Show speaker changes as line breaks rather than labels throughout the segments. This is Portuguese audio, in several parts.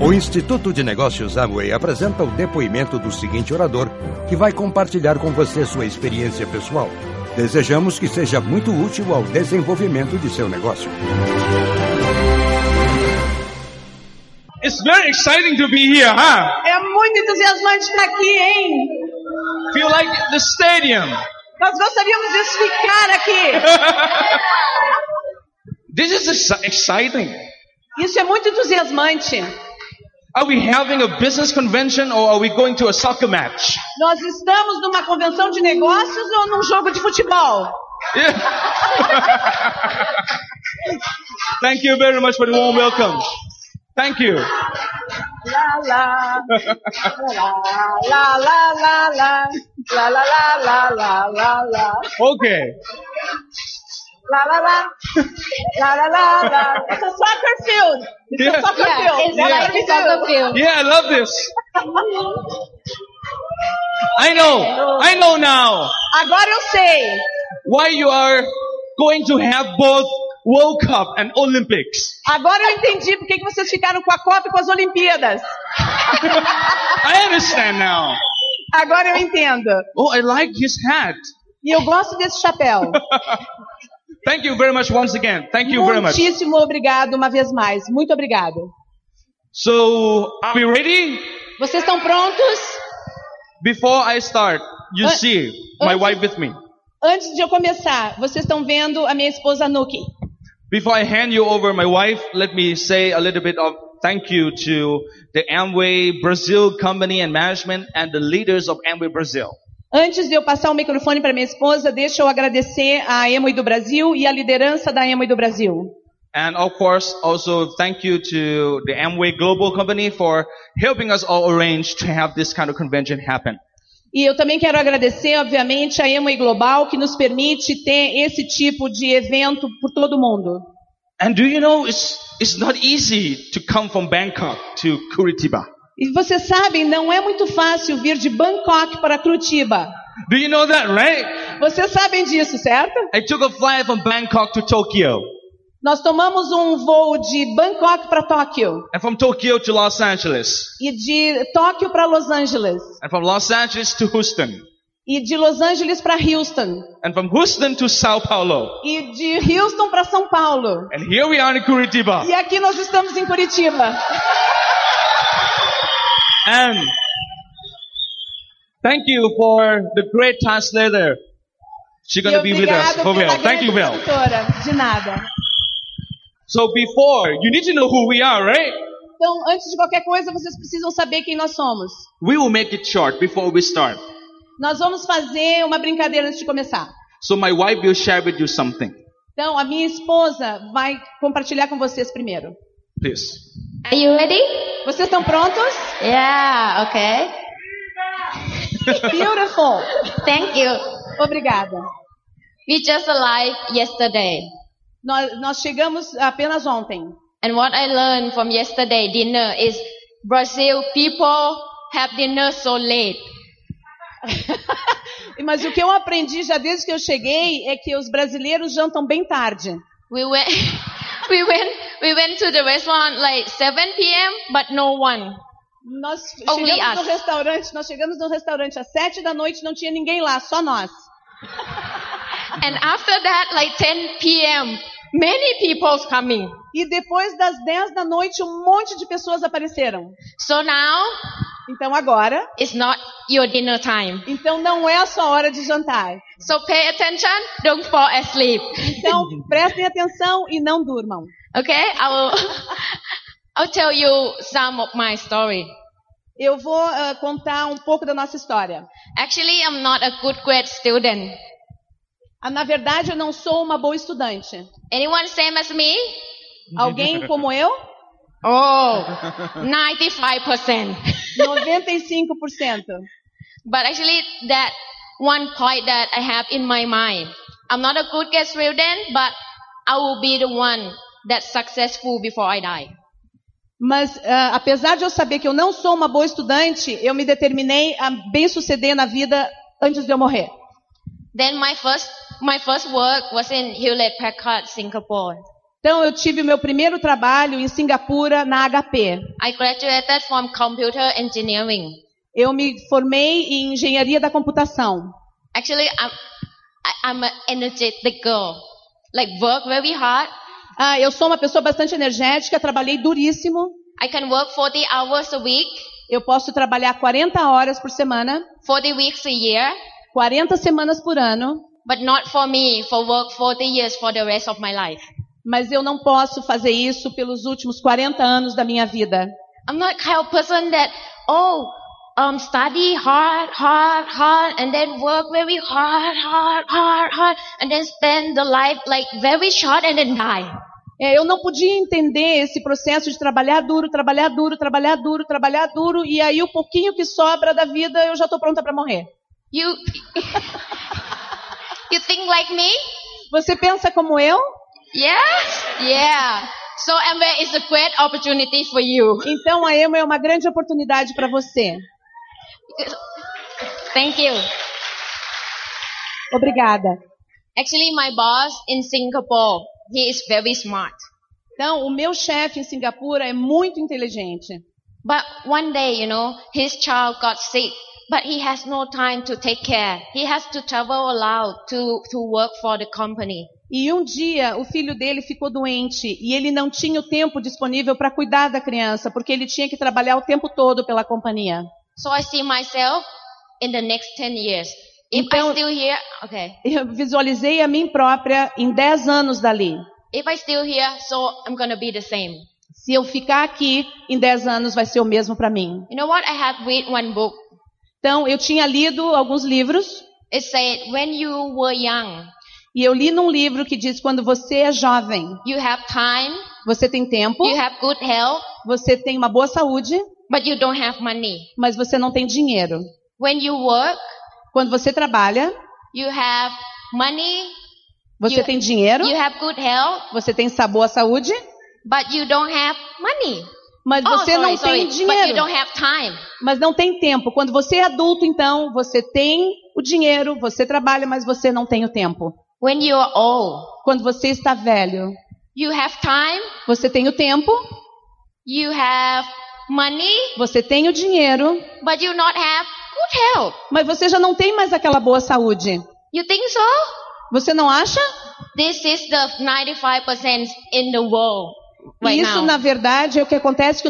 O Instituto de Negócios Amway apresenta o depoimento do seguinte orador, que vai compartilhar com você sua experiência pessoal. Desejamos que seja muito útil ao desenvolvimento de seu negócio.
It's very exciting to be here, huh?
É muito entusiasmante estar aqui, hein?
Feel like the stadium.
Nós gostaríamos de ficar aqui.
This is ex- exciting.
Isso é muito entusiasmante.
Are we having a business convention or are we going to a soccer match?
Nós estamos numa convenção de negócios ou num jogo de futebol?
Yeah. Thank you very much for the warm welcome. Thank you.
Lá, lá, lá, lá, lá, lá, lá, lá, lá, lá, lá, lá, lá, lá.
Okay.
La la la, la la la la. It's a soccer field. It's
Yeah.
a soccer
Yeah,
field.
it's
Yeah.
like soccer field.
Yeah, I love this. I know. I know now
Agora eu sei
why you are going to have both World Cup and Olympics.
Agora eu entendi por que que vocês ficaram com a Copa e com as Olimpíadas.
I understand now.
Agora eu entendo.
Oh, I like his hat.
E eu gosto desse chapéu.
Thank you very much once again. Thank you very much.
Muitíssimo obrigado uma vez mais. Muito obrigado.
So, are we ready?
Vocês estão prontos?
Before I start, you
Uh,
see my
uh,
wife with me.
Antes de eu começar, vocês estão vendo a minha esposa Nuki.
Before I hand you over my wife, let me say a little bit of thank you to the Amway Brazil company and management and the leaders of Amway Brazil.
Antes de eu passar o microfone para minha esposa, deixa eu agradecer a Emoi do Brasil e a liderança da Emoi do Brasil.
And of course, also thank you to the Amway Global Company for helping us all arrange to have this kind of convention happen.
E eu também quero agradecer, obviamente, a Emoi Global, que nos permite ter esse tipo de evento por todo mundo.
And do you know it's it's not easy to come from Bangkok to Curitiba.
E vocês sabem, não é muito fácil vir de Bangkok para Curitiba.
Do you know that, right?
Vocês sabem disso, certo?
I took a flight from Bangkok to Tokyo
Nós tomamos um voo de Bangkok para Tóquio
and from Tokyo to Los Angeles
e de Tóquio para Los Angeles
and from Los Angeles to Houston
e de Los Angeles para Houston
and from Houston to Sao Paulo.
e de Houston para São Paulo.
And here we are in Curitiba.
E aqui nós estamos em Curitiba.
And thank you for the great translator. She's
E
going to be with us
obrigada
for
pela
Will. Thank
grande
you, Will.
tradutora. De nada.
So before, you need to know who we are, right?
Então, antes de qualquer coisa, vocês precisam saber quem nós somos.
We will make it short before we start.
Nós vamos fazer uma brincadeira antes de começar.
So my wife will share with you something.
Então, a minha esposa vai compartilhar com vocês primeiro.
Please.
Are you ready?
Vocês estão prontos?
Yeah, okay.
Beautiful.
Thank you.
Obrigada.
We just arrived yesterday.
Nós, nós chegamos apenas ontem.
And what I learned from yesterday dinner is Brazil people have dinner so late.
Mas o que eu aprendi já desde que eu cheguei é que os brasileiros jantam bem tarde.
We went, we went, we went to the restaurant like 7 p.m., but no one.
Nós
Only
chegamos no
us.
restaurante, nós chegamos no restaurante às sete da noite, não tinha ninguém lá, só nós.
And after that, like 10 p.m., many people's coming.
E depois das dez da noite, um monte de pessoas apareceram.
So now
Então agora,
it's not your dinner time.
então não é a sua hora de jantar.
So pay attention. Don't fall asleep.
Então prestem atenção e não durmam.
Okay, I'll I'll tell you some of my story.
Eu vou ah, contar um pouco da nossa história.
Actually, I'm not a good grade student.
Ah, na verdade, eu não sou uma boa estudante.
Anyone same as me?
Alguém como eu?
Oh, 95%.
95%.
But actually, that one point that I have in my mind, I'm not a good grade student, but I will be the one that's successful before I die.
Mas, ah, apesar de eu saber que eu não sou uma boa estudante, eu me determinei a bem suceder na vida antes de eu morrer.
Then my first my first work was in Hewlett Packard, Singapore.
Então eu tive o meu primeiro trabalho em Singapura na HP.
I graduated from computer engineering.
Eu me formei em engenharia da computação.
Actually, I'm, I, I'm an energetic girl. Like work very hard.
Ah, eu sou uma pessoa bastante energética, trabalhei duríssimo.
I can work 40 hours a week,
Eu posso trabalhar 40 horas por semana,
40 weeks a year,
40 semanas por ano,
but not for me, for work 40 years for the rest of my life.
mas eu não posso fazer isso pelos últimos 40 anos da minha vida.
I'm not kind of person that, oh, um, study hard, hard, hard, and then work very hard, hard, hard, hard, and then spend the life like very short and then die.
É, eu não podia entender esse processo de trabalhar duro, trabalhar duro, trabalhar duro, trabalhar duro, e aí o pouquinho que sobra da vida eu já estou pronta para morrer.
You, you think like me?
Você pensa como eu?
Yes? Yeah. So Amway is a great opportunity for you.
Então a Emma é uma grande oportunidade para você.
Thank you.
Obrigada.
Actually, my boss in Singapore, he is very smart.
Então, o meu chefe em Singapura é muito inteligente.
But one day, you know, his child got sick, but he has no time to take care. He has to travel a lot to, to work for the company.
E um dia o filho dele ficou doente e ele não tinha o tempo disponível para cuidar da criança, porque ele tinha que trabalhar o tempo todo pela companhia.
So I see myself in the next 10 years. If I
Então-
still here, okay.
Eu visualizei a mim própria em 10 anos dali.
If I still here, so I'm gonna be the same.
Se eu ficar aqui, em 10 anos vai ser o mesmo para mim.
You know what? I have read one book.
Então, eu tinha lido alguns livros
It said, when you were young,
e eu li num livro que diz quando você é jovem,
you have time,
você tem tempo,
you have good health,
você tem uma boa saúde,
but you don't have money.
mas você não tem dinheiro.
When you work,
Quando você trabalha,
you have money,
você
You-
tem dinheiro,
you have good health,
você tem sa- boa saúde,
but you don't have money.
mas
Oh,
você não tem
But you
dinheiro,
don't have time.
mas não tem tempo. Quando você é adulto, então, você tem o dinheiro, você trabalha, mas você não tem o tempo.
When you are old,
Quando você está velho,
you have time,
você tem o tempo,
you have money,
você tem o dinheiro,
but you not have good health.
mas você já não tem mais aquela boa saúde.
You think so?
Você não acha?
This is the 95% in the world right
E isso,
now.
na verdade, é o que acontece com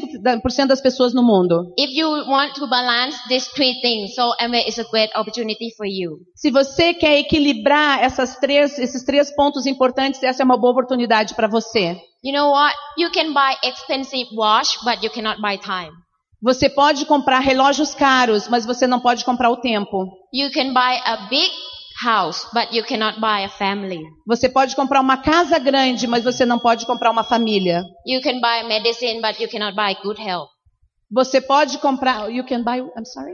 95% das pessoas no mundo.
If you want to balance these three things, so Amway is a great opportunity for you.
Se você quer equilibrar essas três- esses três pontos importantes, essa é uma boa oportunidade para você.
You know what? You can buy expensive watch, but you cannot buy time.
Você pode comprar relógios caros, mas você não pode comprar o tempo.
You can buy a big house, but you cannot buy a family.
Você pode comprar uma casa grande, mas você não pode comprar uma família.
You can buy medicine, but you cannot buy good health.
Você pode comprar, you can buy, I'm sorry.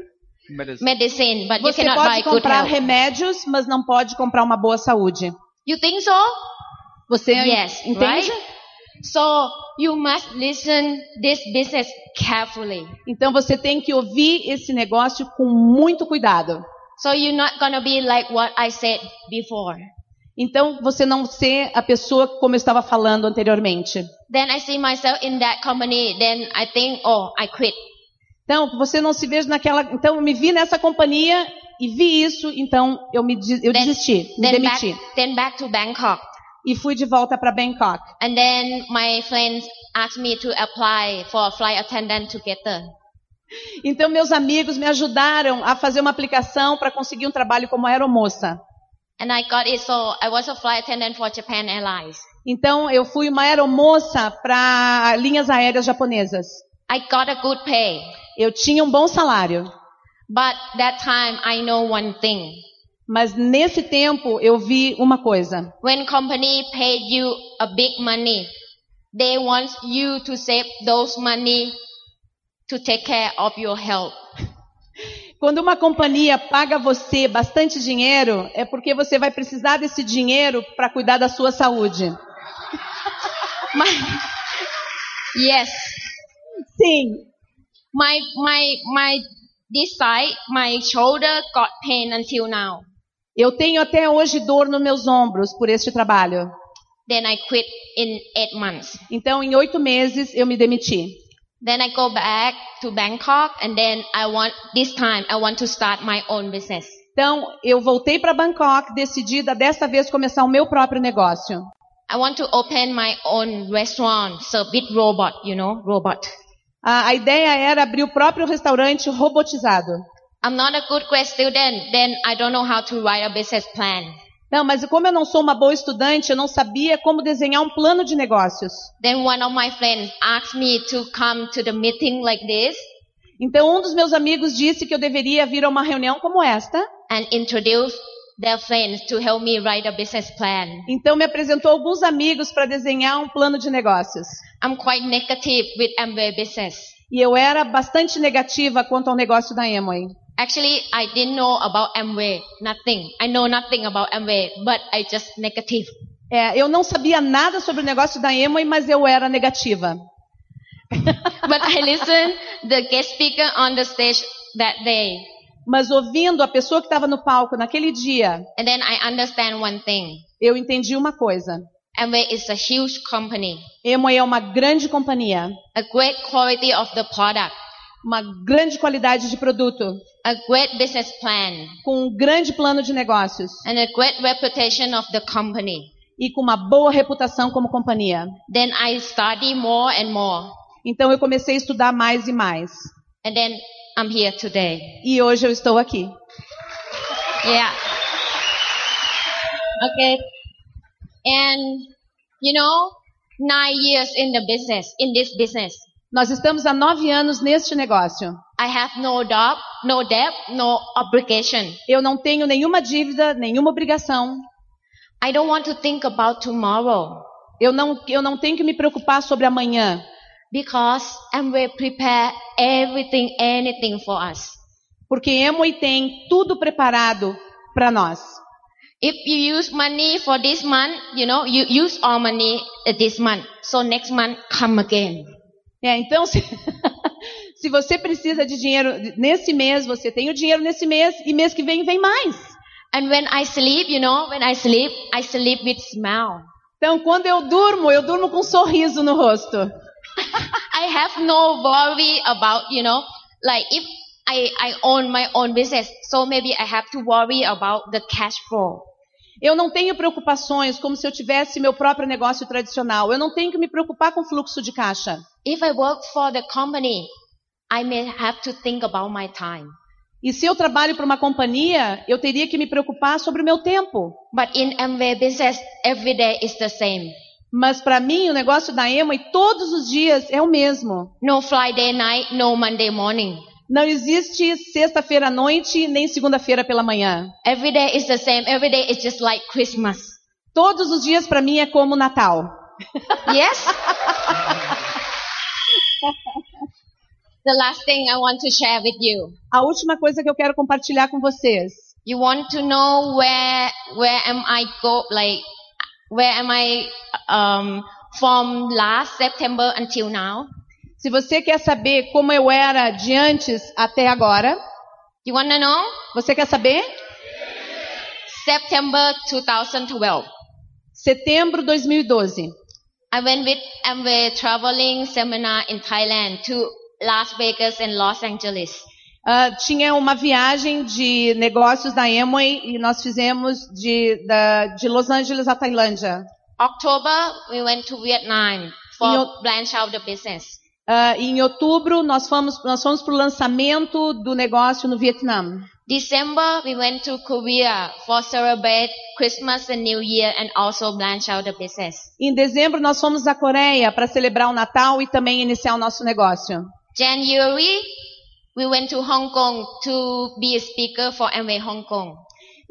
Medicine.
Medicine, but you
Você
cannot
pode
buy good
comprar
health.
remédios, mas não pode comprar uma boa saúde.
You think so?
Você
Yes,
entende?
right? So you must listen this business carefully.
Então você tem que ouvir esse negócio com muito cuidado.
So you're not gonna be like what I said before.
Então você não ser a pessoa como eu estava falando anteriormente.
Then I see myself in that company. Then I think, oh, I quit.
Então você não se veja naquela. Então eu me vi nessa companhia e vi isso, então eu me de- eu
Then-
desisti, me
Then back,
demiti
then back to Bangkok.
e fui de volta para Bangkok.
And then my friends asked me to apply for a flight attendant together.
Então meus amigos me ajudaram a fazer uma aplicação para conseguir um trabalho como aeromoça.
And I got it. So I was a flight attendant for Japan Airlines.
Então eu fui uma aeromoça para linhas aéreas japonesas.
I got a good pay.
Eu tinha um bom salário,
But that time I know one thing.
mas nesse tempo eu vi uma coisa.
When company paid you a big money, they want you to save those money to take care of your health.
Quando uma companhia paga você bastante dinheiro, é porque você vai precisar desse dinheiro para cuidar da sua saúde.
Yes.
Sim.
My my my this side, my shoulder got pain until now.
Eu tenho até hoje dor nos meus ombros por este trabalho.
Then I quit in eight months.
Então, em oito meses, eu me demiti.
Then I go back to Bangkok and then I want, this time I want to start my own business.
Então, eu voltei para Bangkok, decidida dessa vez começar o meu próprio negócio.
I want to open my own restaurant, serve with robot, you know, robot.
A, a ideia era abrir o próprio restaurante robotizado.
I'm not a good grad student, then I don't know how to write a business plan.
Não, mas como eu não sou uma boa estudante, eu não sabia como desenhar um plano de negócios.
Then one of my friends asked me to come to the meeting like this
Então, um dos meus amigos disse que eu deveria vir a uma reunião como esta.
and introduce their friends to help me write a business plan.
Então, me apresentou alguns amigos para desenhar um plano de negócios.
I'm quite negative with Amway business.
E eu era bastante negativa quanto ao negócio da Amway.
Actually, I didn't know about Amway, nothing. I know nothing about Amway, but I just negative.
É, eu não sabia nada sobre o negócio da Amway, mas eu era negativa.
But I listened the guest speaker on the stage that day,
Mas ouvindo a pessoa que estava no palco naquele dia,
and then I understand one thing.
eu entendi uma coisa.
Amway is a huge company.
Amway é uma grande companhia,
a great quality of the product,
uma grande qualidade de produto,
a great business plan,
com um grande plano de negócios
and a great reputation of the company.
e com uma boa reputação como companhia.
Then I study more and more,
Então eu comecei a estudar mais e mais.
and then I'm here today.
E hoje eu estou aqui.
Yeah. Okay. And you know, nine years in the business, in this business,
Nós estamos há nove anos neste negócio.
I have no job, no debt, no obligation.
Eu não tenho nenhuma dívida, nenhuma obrigação.
I don't want to think about tomorrow
Eu não, eu não tenho que me preocupar sobre amanhã,
because Amway prepare everything, anything for us.
porque Emoi tem tudo preparado para nós.
If you use money for this month, you know, you use all money uh, this month. So next month, come again.
É, então, se, se você precisa de dinheiro nesse mês, você tem o dinheiro nesse mês e mês que vem vem mais.
And when I sleep, you know, when I sleep, I sleep with smile.
Então, quando eu durmo, eu durmo com um sorriso no rosto.
I have no worry about, you know, like if I, I own my own business, so maybe I have to worry about the cash flow.
Eu não tenho preocupações como se eu tivesse meu próprio negócio tradicional. Eu não tenho que me preocupar com fluxo de caixa.
If I work for the company, I may have to think about my time.
E se eu trabalho para uma companhia, eu teria que me preocupar sobre o meu tempo.
But in Amway business, every day is the same.
Mas para mim, o negócio da Emma e todos os dias é o mesmo.
No Friday night, no Monday morning.
Não existe sexta-feira à noite nem segunda-feira pela manhã.
Every day is the same. Every day is just like Christmas.
Todos os dias para mim é como o Natal.
Yes? the last thing I want to share with you.
A última coisa que eu quero compartilhar com vocês.
You want to know where where am I go like where am I um from last September until now?
Se você quer saber como eu era de antes até agora,
You want to know?
você quer saber?
September 2012.
Setembro 2012.
I went with Amway traveling seminar in Thailand to Las Vegas and Los Angeles.
Ah, tinha uma viagem de negócios da Amway e nós fizemos de, da- de Los Angeles à Tailândia.
October, we went to Vietnam for
In your-
branch out the business.
Ah, e em outubro nós fomos nós fomos para o lançamento do negócio no Vietnã.
December, we went to Korea for celebrate Christmas and New Year and also branch out the business.
Em dezembro nós fomos à Coreia para celebrar o Natal e também iniciar o nosso negócio.
January, we went to Hong Kong to be a speaker for Amway Hong Kong.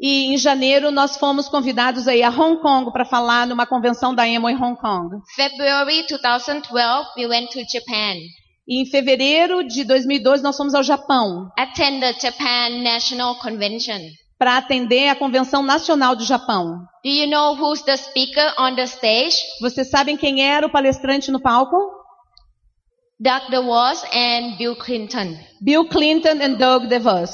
E em janeiro nós fomos convidados aí a Hong Kong para falar numa convenção da Amway Hong Kong.
February 2012, we went to Japan.
E em fevereiro de 2012 nós fomos ao Japão
Attend the Japan National Convention.
para atender a Convenção Nacional do Japão.
Do you know who's the speaker on the stage?
Vocês sabem quem era o palestrante no palco?
Dr. Walsh and Bill Clinton.
Bill Clinton e Doug DeVos.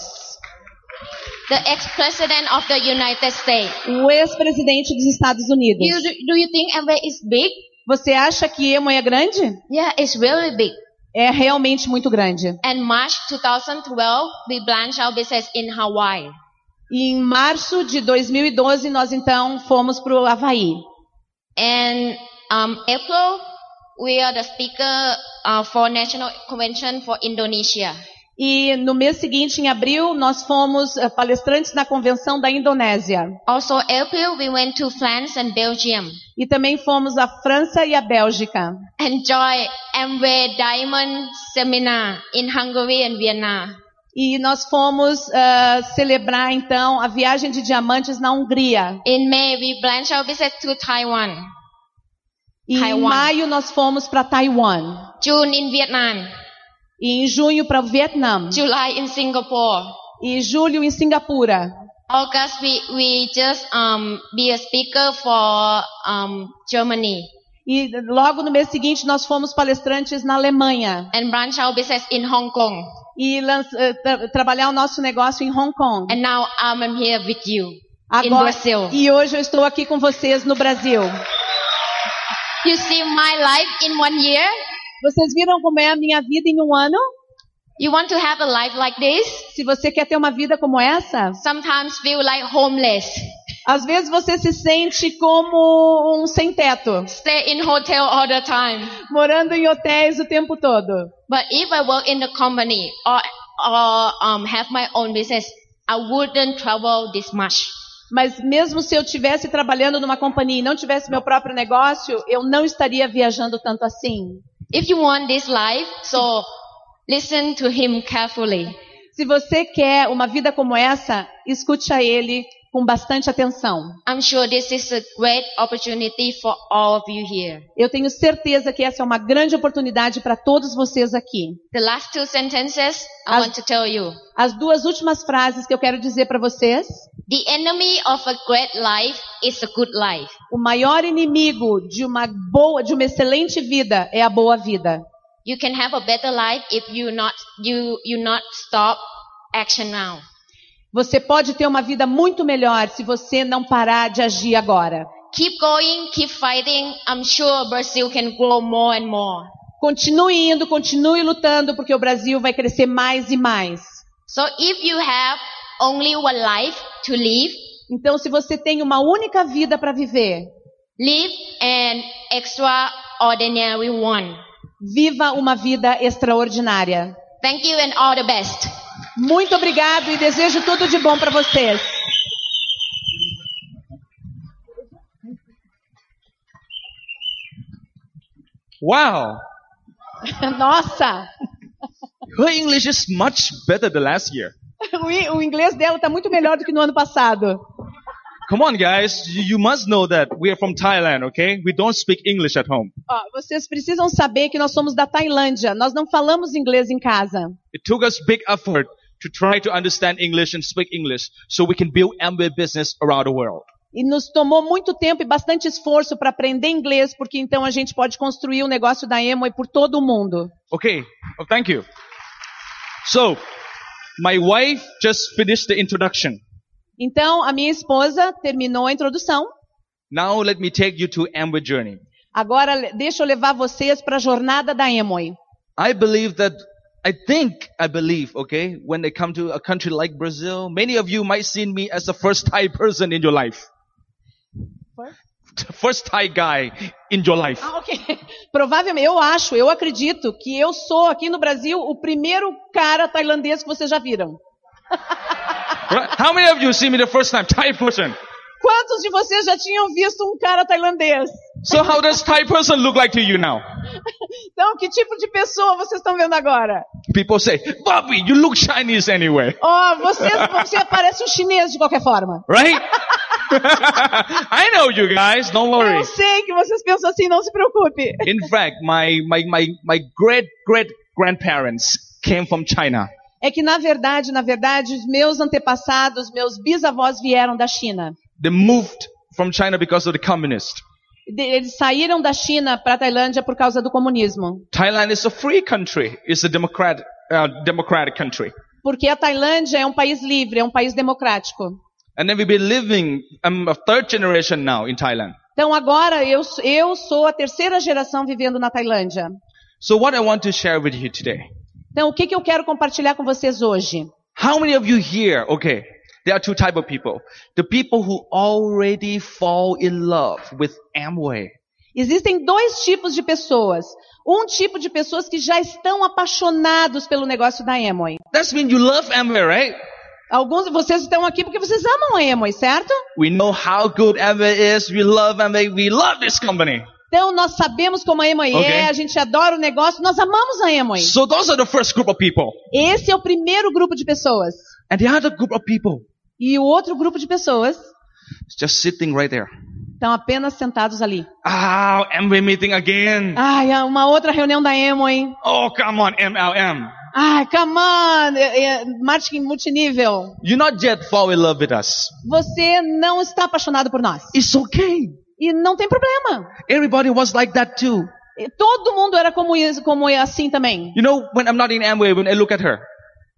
the ex-president of the United States.
o ex-presidente dos Estados Unidos.
You, do, do you think Amway is big?
Você acha que Emo é grande?
Yeah, it's really big.
É realmente muito grande.
And March 2012, we branched our business in Hawaii.
E em março de 2012, nós então fomos para o Havaí.
And um, April, we are the speaker uh, for National Convention for Indonesia.
E no mês seguinte, em abril, nós fomos eh, palestrantes na convenção da Indonésia.
Also April, we went to France and Belgium.
E também fomos à França e à Bélgica.
Enjoy Amway Diamond Seminar in Hungary and Vienna.
E nós fomos ah, celebrar então a viagem de diamantes na Hungria.
In May, we branched our business to Taiwan.
E em
Taiwan.
maio nós fomos para Taiwan.
June in Vietnam.
E em junho para o Vietnã.
July in Singapore.
E julho em Singapura.
August, we, we just um, be a speaker for um, Germany
E logo no mês seguinte nós fomos palestrantes na Alemanha
and branch our business in Hong Kong.
e lan- eh, tra- trabalhar o nosso negócio em Hong Kong.
And now I'm here with you in
Agora,
Brazil.
e hoje eu estou aqui com vocês no Brasil.
You see my life in one year?
Vocês viram como é a minha vida em um ano?
You want to have a life like this?
Se você quer ter uma vida como essa,
Sometimes feel like homeless.
às vezes você se sente como um sem-teto,
Stay in hotel all the time.
morando em hotéis o tempo todo.
But if I work in the company or or um, have my own business, I wouldn't travel this much.
Mas mesmo se eu estivesse trabalhando numa companhia e não tivesse meu próprio negócio, eu não estaria viajando tanto assim.
If you want this life, so listen to him carefully.
Se você quer uma vida como essa, escute a ele com bastante atenção.
I'm sure this is a great opportunity for all of you here.
Eu tenho certeza que essa é uma grande oportunidade para todos vocês aqui.
The last two sentences I
As-
want to tell you.
As duas últimas frases que eu quero dizer para vocês:
The enemy of a great life is a good life.
o maior inimigo de uma boa, de uma excelente vida é a boa vida.
You can have a better life if you not you you not stop action now.
Você pode ter uma vida muito melhor se você não parar de agir agora.
Keep going, keep fighting. I'm sure Brazil can grow more and more.
Continue indo, continue lutando, porque o Brasil vai crescer mais e mais.
So if you have only one life to live,
Então, se você tem uma única vida para viver,
live an extraordinary one.
Viva uma vida extraordinária.
Thank you and all the best.
Muito obrigado e desejo tudo de bom para vocês.
Wow,
Nossa,
her English is much better than last year.
o i- o inglês dela tá muito melhor do que no ano passado.
Come on, guys, you you must know that we are from Thailand, okay? We don't speak English at home.
Ó, vocês precisam saber que nós somos da Tailândia. Nós não falamos inglês em casa.
It took us big effort to try to understand English and speak English so we can build Amway business around the world.
E nos tomou muito tempo e bastante esforço para aprender inglês, porque então a gente pode construir o negócio da Emo por todo o mundo.
Okay, oh, thank you. So, my wife just finished the introduction.
Então, a minha esposa terminou a introdução.
Now let me take you to Amway journey.
Agora, le- deixa eu levar vocês para a jornada da Emoi.
I believe that I think I believe, okay, when they come to a country like Brazil, many of you might see me as the first Thai person in your life. First Thai guy in your life.
Ah, ok. Provavelmente, eu acho, eu acredito que eu sou aqui no Brasil o primeiro cara tailandês que vocês já viram.
Right? How many of you see me the first time? Thai person.
Quantos de vocês já tinham visto um cara tailandês?
So how does Thai person look like to you now?
Então, que tipo de pessoa vocês estão vendo agora?
People say, Bobby, you look Chinese anyway.
Ó, vocês, você parece um chinês de qualquer forma.
Right? I know you guys, don't worry.
Eu sei que vocês pensam assim, não se preocupe.
In fact, my, my, my, my great great grandparents came from China.
É que, na verdade, na verdade, os meus antepassados, meus bisavós vieram da China.
They moved from China because of the communist.
De- Eles saíram da China para a Tailândia por causa do comunismo.
Thailand is a free country. It's a democrat, uh, democratic country.
Porque a Tailândia é um país livre, é um país democrático.
And then we've been living, I'm a third generation now in Thailand.
Então agora eu, eu sou a terceira geração vivendo na Tailândia.
So what I want to share with you today.
Então o que, que eu quero compartilhar com vocês hoje?
How many of you here, okay, there are two type of people. The people who already fall in love with Amway.
Existem dois tipos de pessoas. Um tipo de pessoas que já estão apaixonados pelo negócio da Amway.
That's mean you love Amway, right?
Alguns de vocês estão aqui porque vocês amam a Amway, certo?
We know how good Amway is. We love Amway. We love this company.
Então nós sabemos como a Amway
Ok.
é, a gente adora o negócio, nós amamos a Amway.
So those are the first group of people.
Esse é o primeiro grupo de pessoas.
And the other group of people
E o outro grupo de pessoas
is just sitting right there.
estão apenas sentados ali.
Ah, Amway meeting again.
Ai, é uma outra reunião da Amway.
Oh, come on, MLM.
Ai, come on, é, é, marketing multinível.
You not yet fall in love with us.
Você não está apaixonado por nós.
It's okay.
E não tem problema.
Everybody was like that too.
E Todo mundo era como, isso- como é assim também.
You know, when I'm not in Amway, when I look at her,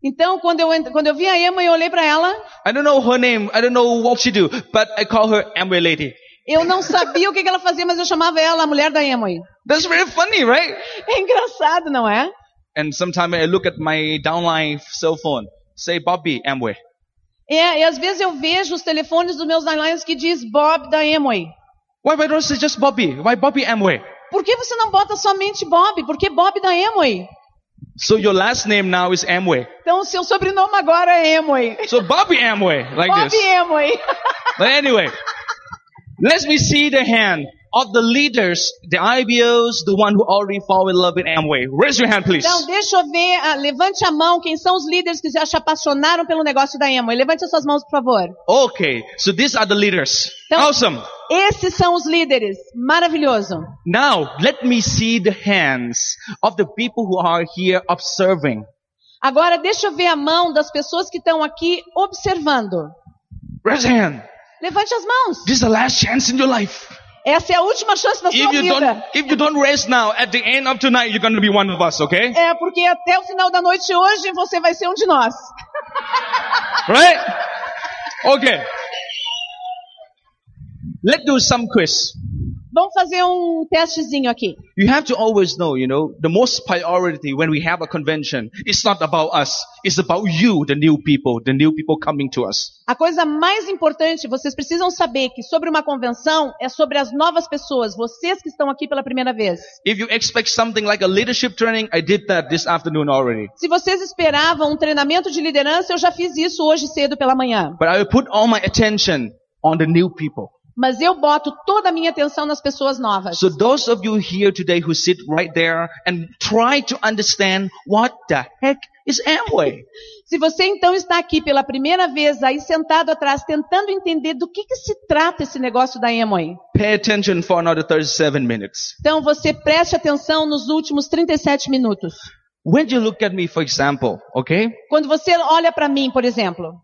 Então, quando eu, ent- quando eu vi a Emma e eu olhei pra ela,
I don't know her name, I don't know what she do, but I call her Amway lady.
eu não sabia o que, que ela fazia, mas eu chamava ela a mulher da Emma.
That's very funny, right?
É engraçado, não é?
And sometimes I look at my downline cell phone, say Bobby Amway.
É, e às vezes eu vejo os telefones dos meus downlines que diz Bob da Amway.
Why why don't say just Bobby? Why Bobby Amway?
Por que você não bota somente Bob? Por que Bob da Amway?
So your last name now is Amway.
Então o seu sobrenome agora é Amway.
So Bobby Amway, like
Bob
this.
Amway.
But anyway, let me see the hand of the leaders, the IBOs, the one who already fall in love with Amway. Raise your hand, please.
Então deixa eu ver, ah, levante a mão quem são os líderes que já se apaixonaram pelo negócio da Amway. Levante as suas mãos, por favor.
Okay, so these are the leaders.
Então-
Awesome.
Esses são os líderes. Maravilhoso.
Now, let me see the hands of the people who are here observing.
Agora deixa eu ver a mão das pessoas que estão aqui observando.
Raise your hand.
Levante as mãos.
This is the last chance in your life.
Essa é a última chance da sua
If you don't,
vida.
if you don't raise now, at the end of tonight, you're going to be one of us, okay?
É, porque até o final da noite hoje você vai ser um de nós.
Right? Okay. Let's do some quiz.
Vamos fazer um testezinho aqui.
You have to always know, you know, the most priority when we have a convention, it's not about us. It's about you, the new people, the new people coming to us.
A coisa mais importante, vocês precisam saber que sobre uma convenção é sobre as novas pessoas, vocês que estão aqui pela primeira vez.
If you expect something like a leadership training, I did that this afternoon already.
Se vocês esperavam um treinamento de liderança, eu já fiz isso hoje cedo pela manhã.
But I will put all my attention on the new people.
Mas eu boto toda a minha atenção nas pessoas novas.
So those of you here today who sit right there and try to understand what the heck is Amway.
Se você então está aqui pela primeira vez, aí sentado atrás, tentando entender do que, que se trata esse negócio da Amway,
Pay attention for another 37 minutes.
então você preste atenção nos últimos 37 minutos.
When you look at me, for example, okay?
Quando você olha para mim, por exemplo,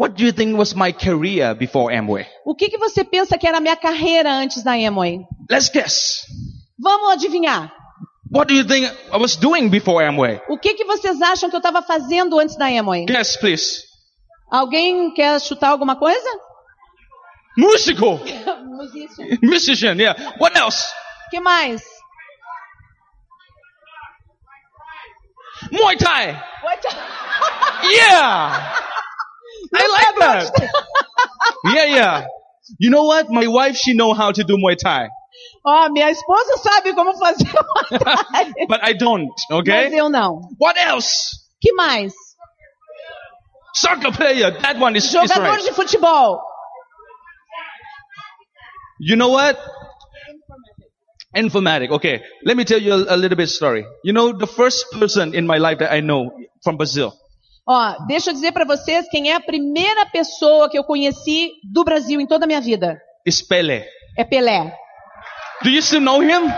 What do you think was my career before Amway?
o que, que você pensa que era a minha carreira antes da Amway?
Let's guess.
Vamos adivinhar.
What do you think I was doing before Amway?
O que, que vocês acham que eu estava fazendo antes da Amway?
Guess, please.
Alguém quer chutar alguma coisa?
Musical.
Musício.
Musician, yeah. What else?
que mais?
Muay Thai.
What the-
Yeah. I like that. yeah, yeah. You know what? My wife, she know how to do Muay Thai,
Ó, minha esposa sabe como fazer uma tarde,
but I don't.
mas
Okay.
eu não.
What else?
Que mais?
Soccer player. That one is, is
Jogador
right.
de futebol.
You know what? Informatic. Okay. Let me tell you a, a little bit story. You know, the first person in my life that I know from Brazil.
Ó, deixa eu dizer pra vocês quem é a primeira pessoa que eu conheci do Brasil em toda a minha vida.
is Pele.
É Pelé.
Do you still know him?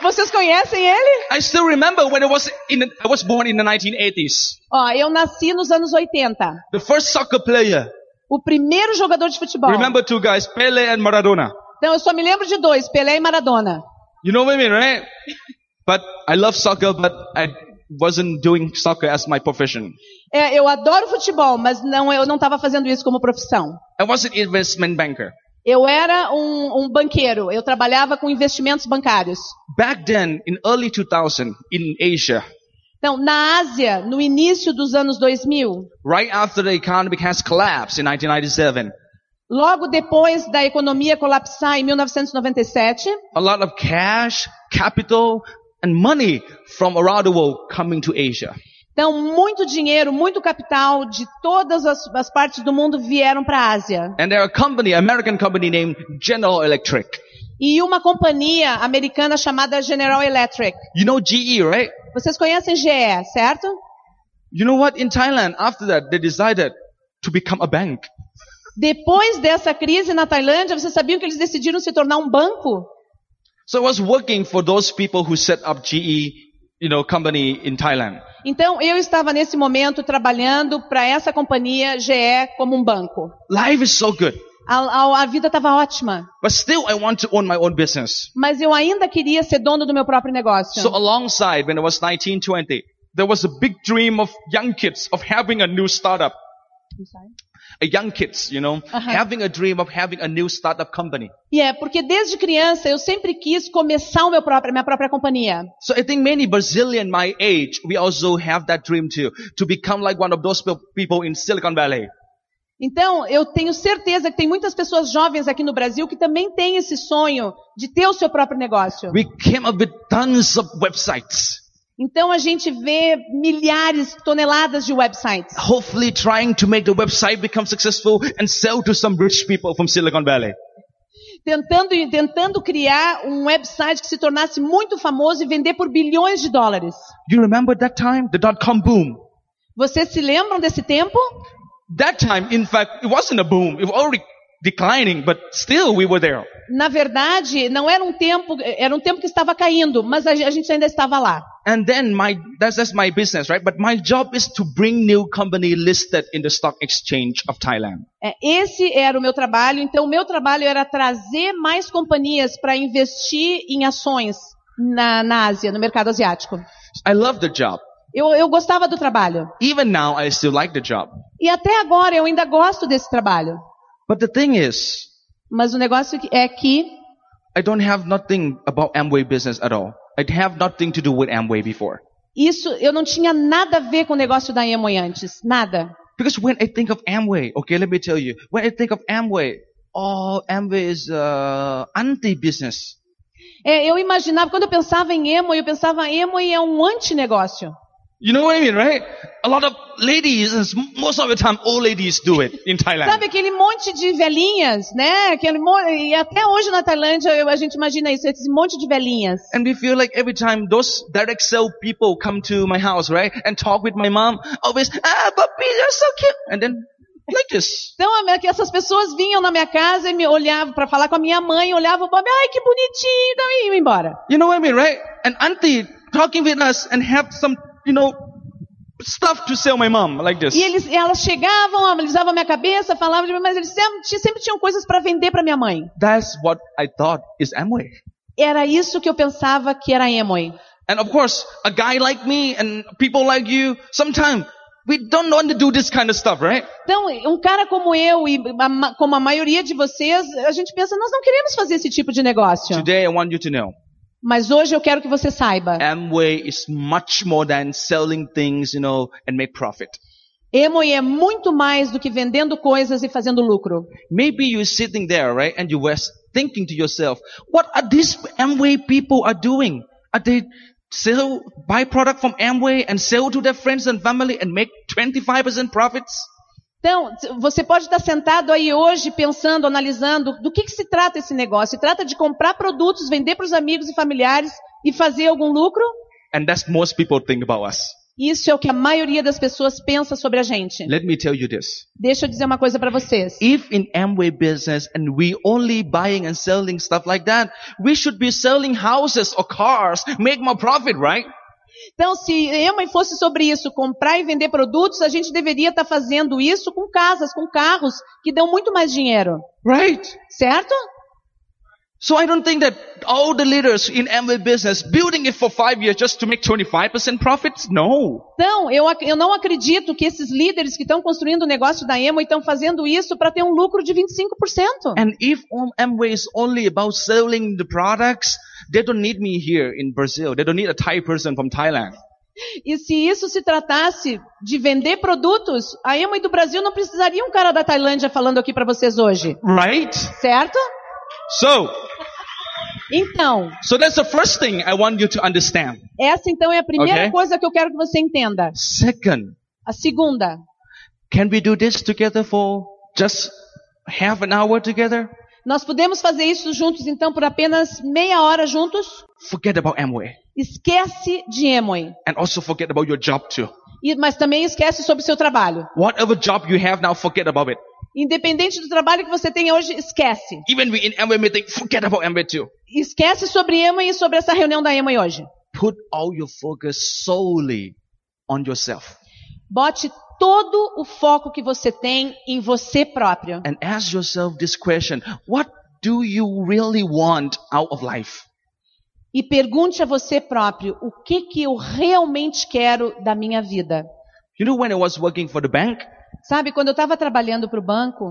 Vocês conhecem ele?
I still remember when I was in the, I was born in the 1980s.
Ó, eu nasci nos anos 80.
The first soccer player.
O primeiro jogador de futebol.
Remember two guys, Pele and Maradona.
Então eu só me lembro de dois, Pelé e Maradona.
You know what I mean, right? But I love soccer, but I wasn't doing soccer as my profession.
é, eu adoro futebol, mas não, eu não estava fazendo isso como profissão.
I was an investment banker.
Eu era um, um banqueiro, eu trabalhava com investimentos bancários.
Back then, in early 2000, in Asia,
Então, na Ásia, no início dos anos 2000,
right after the economy has collapsed in 1997,
logo depois da economia colapsar em 1997,
a lot of cash, capital, and money from around the world coming to Asia.
então muito dinheiro, muito capital de todas as, as partes do mundo vieram para a Ásia.
And there are a company, American company named General Electric.
E uma companhia americana chamada General Electric.
You know GE, right?
Vocês conhecem GE, certo?
You know what? In Thailand, after that, they decided to become a bank.
Depois dessa crise na Tailândia, vocês sabiam que eles decidiram se tornar um banco?
So I was working for those people who set up GE, you know, company in Thailand.
Então, eu estava nesse momento trabalhando para essa companhia GE como um banco.
Life is so good,
A, a- a vida estava ótima,
but still I want to own my own business.
mas eu ainda queria ser dono do meu próprio negócio.
So alongside when I was 19, 20, there was a big dream of young kids of having a new startup. A young kids, you know, having a dream of having a new startup company.
E é porque desde criança eu sempre quis começar o meu próprio, minha própria companhia.
So I think many Brazilian my age, we also have that dream too, to become like one of those pe- people in Silicon Valley.
Então, eu tenho certeza que tem muitas pessoas jovens aqui no Brasil que também têm esse sonho de ter o seu próprio negócio.
We came up with tons of websites,
Então, a gente vê milhares, toneladas de websites.
hopefully trying to make the website become successful and sell to some rich people from Silicon Valley.
tentando, tentando criar um website que se tornasse muito famoso e vender por bilhões de dólares.
You remember that time? The dot-com boom.
Vocês se lembram desse tempo?
That time, in fact, it wasn't a boom. It was already declining, but still we were there.
Na verdade, não era um tempo, era um tempo que estava caindo, mas a ge- a gente ainda estava lá.
And then my, that's, that's my business, right? But my job is to bring new company listed in the stock exchange of Thailand.
É, Esse era o meu trabalho, então o meu trabalho era trazer mais companhias para investir em ações na, na Ásia, no mercado asiático.
I love the job.
Eu, eu gostava do trabalho.
Even now, I still like the job.
E até agora eu ainda gosto desse trabalho.
But the thing is,
Mas o negócio que- é que
I don't have nothing about Amway business at all. I have nothing to do with Amway before.
Isso eu não tinha nada a ver com o negócio da Emoi antes, nada.
Because when I think of Amway, okay, let me tell you, when I think of Amway, oh, Amway is uh, anti-business.
É, eu imaginava, quando eu pensava em Emoi, eu pensava Emoi é um antinegócio.
You know what I mean, right? A lot of ladies, and most of the time, old ladies do it in
Sabe
Thailand.
aquele monte de velhinhas, né? Aquele mo- e até hoje na Tailândia eu- a gente imagina isso, esse monte de velhinhas.
And we feel like every time those direct sell people come to my house, right, and talk with my mom, always, ah, puppy, you're so cute. And then, like this.
Então a minha- que essas pessoas vinham na minha casa e me olhavam para falar com a minha mãe, olhavam para ai que bonitinho, então, e iam embora.
You know what I mean, right? And auntie talking with us and have some, you know, stuff to sell my mom, like this.
E eles, elas chegavam, analisavam a minha cabeça, falavam de mim, mas eles sempre, sempre tinham coisas para vender para minha mãe.
That's what I thought is Amway.
Era isso que eu pensava que era Emoi.
And of course, a guy like me and people like you, sometimes we don't want to do this kind of stuff, right?
Então, um cara como eu e a ma- como a maioria de vocês, a gente pensa, nós não queremos fazer esse tipo de negócio.
Today I want you to know,
Mas hoje eu quero que você saiba.
É. Amway is much more than selling things, you know, and make profit.
Emoi é muito mais do que vendendo coisas e fazendo lucro.
Maybe you're sitting there, right? And you were thinking to yourself, what are these Amway people are doing? Are they sell, buy product from Amway and sell to their friends and family and make 25% profits?
Então, t- você pode estar sentado aí hoje pensando, analisando do que, que se trata esse negócio. Se trata de comprar produtos, vender para os amigos e familiares e fazer algum lucro?
And that's most people think about us.
Isso é o que a maioria das pessoas pensa sobre a gente.
Let me tell you this.
Deixa eu dizer uma coisa para vocês.
if in Amway business and we only buying and selling stuff like that, we should be selling houses or cars, make more profit, right?
Então, se Emma fosse sobre isso, comprar e vender produtos, a gente deveria estar fazendo isso com casas, com carros, que dão muito mais dinheiro,
Right?
certo?
So I don't think that all the leaders in Amway business building it for five years just to make 25% profits. No.
Então, eu, ac- eu não acredito que esses líderes que estão construindo o negócio da Emo estão fazendo isso para ter um lucro de 25%.
And if on- Amway is only about selling the products, they don't need me here in Brazil. They don't need a Thai person from Thailand.
E se isso se tratasse de vender produtos, a Emo do Brasil não precisaria um cara da Tailândia falando aqui para vocês hoje,
Right?
certo?
So,
Então,
so that's the first thing I want you to understand.
essa então é a primeira
Ok.
coisa que eu quero que você entenda.
Second,
A segunda,
can we do this together for just half an hour together?
nós podemos fazer isso juntos então por apenas meia hora juntos?
Forget about Amway
Esquece de Emoi.
and also forget about your job too.
E- mas também esquece sobre o seu trabalho.
Whatever job you have now, forget about it.
Independente do trabalho que você tem hoje, esquece.
Even we in Amway meeting, forget about Amway too.
Esquece sobre Emma e sobre essa reunião da Emma hoje.
Put all your focus solely on yourself
Bote todo o foco que você tem em você próprio.
and ask yourself this question. What do you really want out of life?
E pergunte a você próprio o que que eu realmente quero da minha vida.
You know, when I was working for the bank,
Sabe, quando eu estava trabalhando para o banco,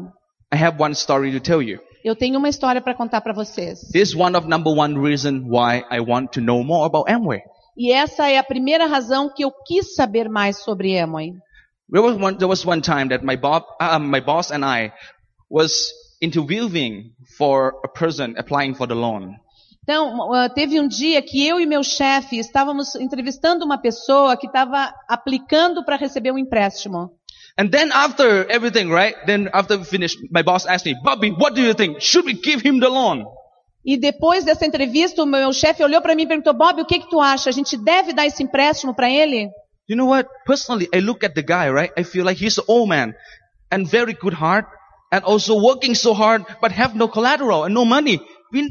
I have one story to tell you.
eu tenho uma história para contar para vocês.
This is one of number one reason why I want to know more about Amway.
E essa é a primeira razão que eu quis saber mais sobre Emma.
There was one, there was one time that my, bob, uh, my boss and I was interviewing for a person applying for the loan.
Então, ah, teve um dia que eu e meu chefe estávamos entrevistando uma pessoa que estava aplicando para receber um empréstimo.
And then after everything, right? Then after we finished, my boss asked me, Bobby, what do you think? Should we give him the loan?
E depois dessa entrevista, o meu chefe olhou para mim e perguntou: Bob, o que, que tu acha? A gente deve dar esse empréstimo para ele?
You know what? Personally, I look at the guy, right? I feel like he's an old man and very good heart and also working so hard, but have no collateral and no money. We,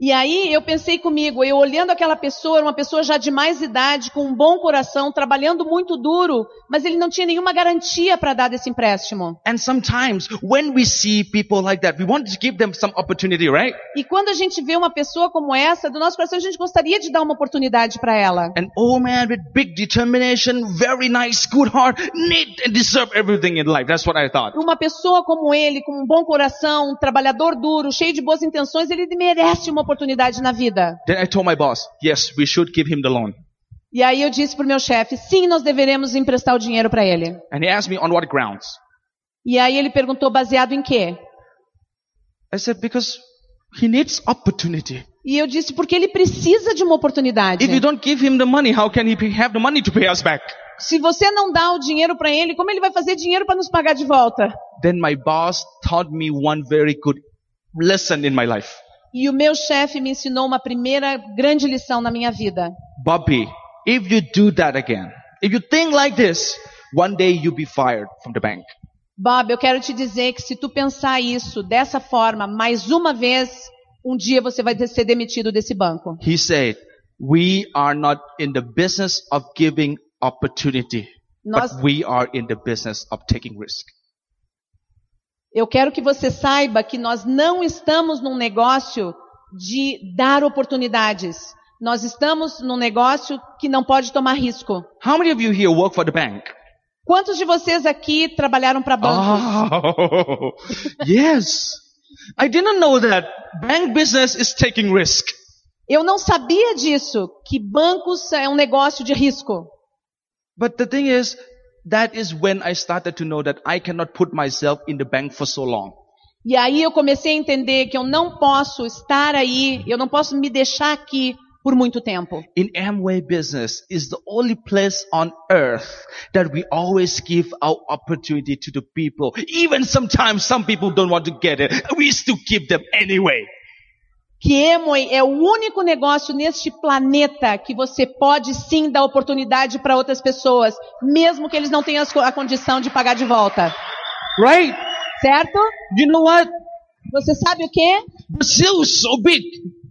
E aí eu pensei comigo, eu olhando aquela pessoa, era uma pessoa já de mais idade, com um bom coração, trabalhando muito duro, mas ele não tinha nenhuma garantia para dar desse empréstimo.
and sometimes when we see people like that, we want to give them some opportunity, right?
E quando a gente vê uma pessoa como essa, do nosso coração a gente gostaria de dar uma oportunidade para ela.
An old man with big determination, very nice, good heart, need and deserve everything in life. That's what I thought.
Uma pessoa como ele, com um bom coração, um trabalhador duro, cheio de boas intenções, ele merece uma oportunidade na vida.
Then I told my boss, yes, we should give him the loan.
E aí eu disse pro meu chefe, sim, nós deveremos emprestar o dinheiro para ele.
And he asked me on what grounds.
E aí ele perguntou baseado em quê?
I said, because he needs opportunity.
E eu disse porque ele precisa de uma oportunidade.
If you don't give him the money, how can he pay- have the money to pay us back?
Se você não dá o dinheiro para ele, como ele vai fazer dinheiro para nos pagar de volta?
Then my boss taught me one very good lesson in my life.
E o meu chefe me ensinou uma primeira grande lição na minha vida.
Bobby, if you do that again, if you think like this, one day you'll be fired from the bank.
Bob, eu quero te dizer que se tu pensar isso dessa forma mais uma vez, um dia você vai ser demitido desse banco.
He said, we are not in the business of giving opportunity,
Nós,
but we are in the business of taking risk.
eu quero que você saiba que nós não estamos num negócio de dar oportunidades. Nós estamos num negócio que não pode tomar risco.
How many of you here work for the bank?
Quantos de vocês aqui trabalharam para
Ah.
banco?
Oh, yes. I didn't know that bank business is taking risk.
Eu não sabia disso, que bancos é um negócio de risco.
But the thing is, that is when I started to know that I cannot put myself in the bank for so long.
E aí eu comecei a entender que eu não posso estar aí, eu não posso me deixar aqui por muito tempo.
In Amway business is the only place on earth that we always give our opportunity to the people. Even sometimes some people don't want to get it. We still give them anyway.
Que Emoi é o único negócio neste planeta que você pode sim dar oportunidade para outras pessoas, mesmo que eles não tenham as co- a condição de pagar de volta.
Right?
Certo?
You know what?
Você sabe o quê?
Brazil is so big.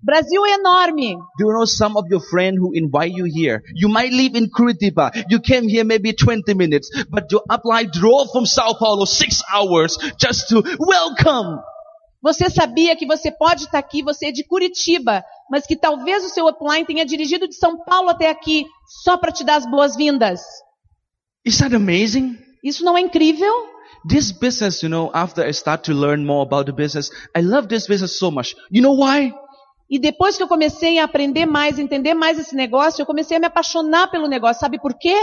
Brasil é enorme.
Do you know some of your friends who invite you here? You might live in Curitiba. You came here maybe 20 minutes, but your upline drove from Sao Paulo six hours just to welcome.
Você sabia que você pode estar aqui, você é de Curitiba, mas que talvez o seu upline tenha dirigido de São Paulo até aqui só para te dar as boas-vindas.
Is that amazing?
Isso não é incrível?
This business, you know, after I start to learn more about the business, I love this business so much. You know why?
E depois que eu comecei a aprender mais, entender mais esse negócio, eu comecei a me apaixonar pelo negócio. Sabe por quê?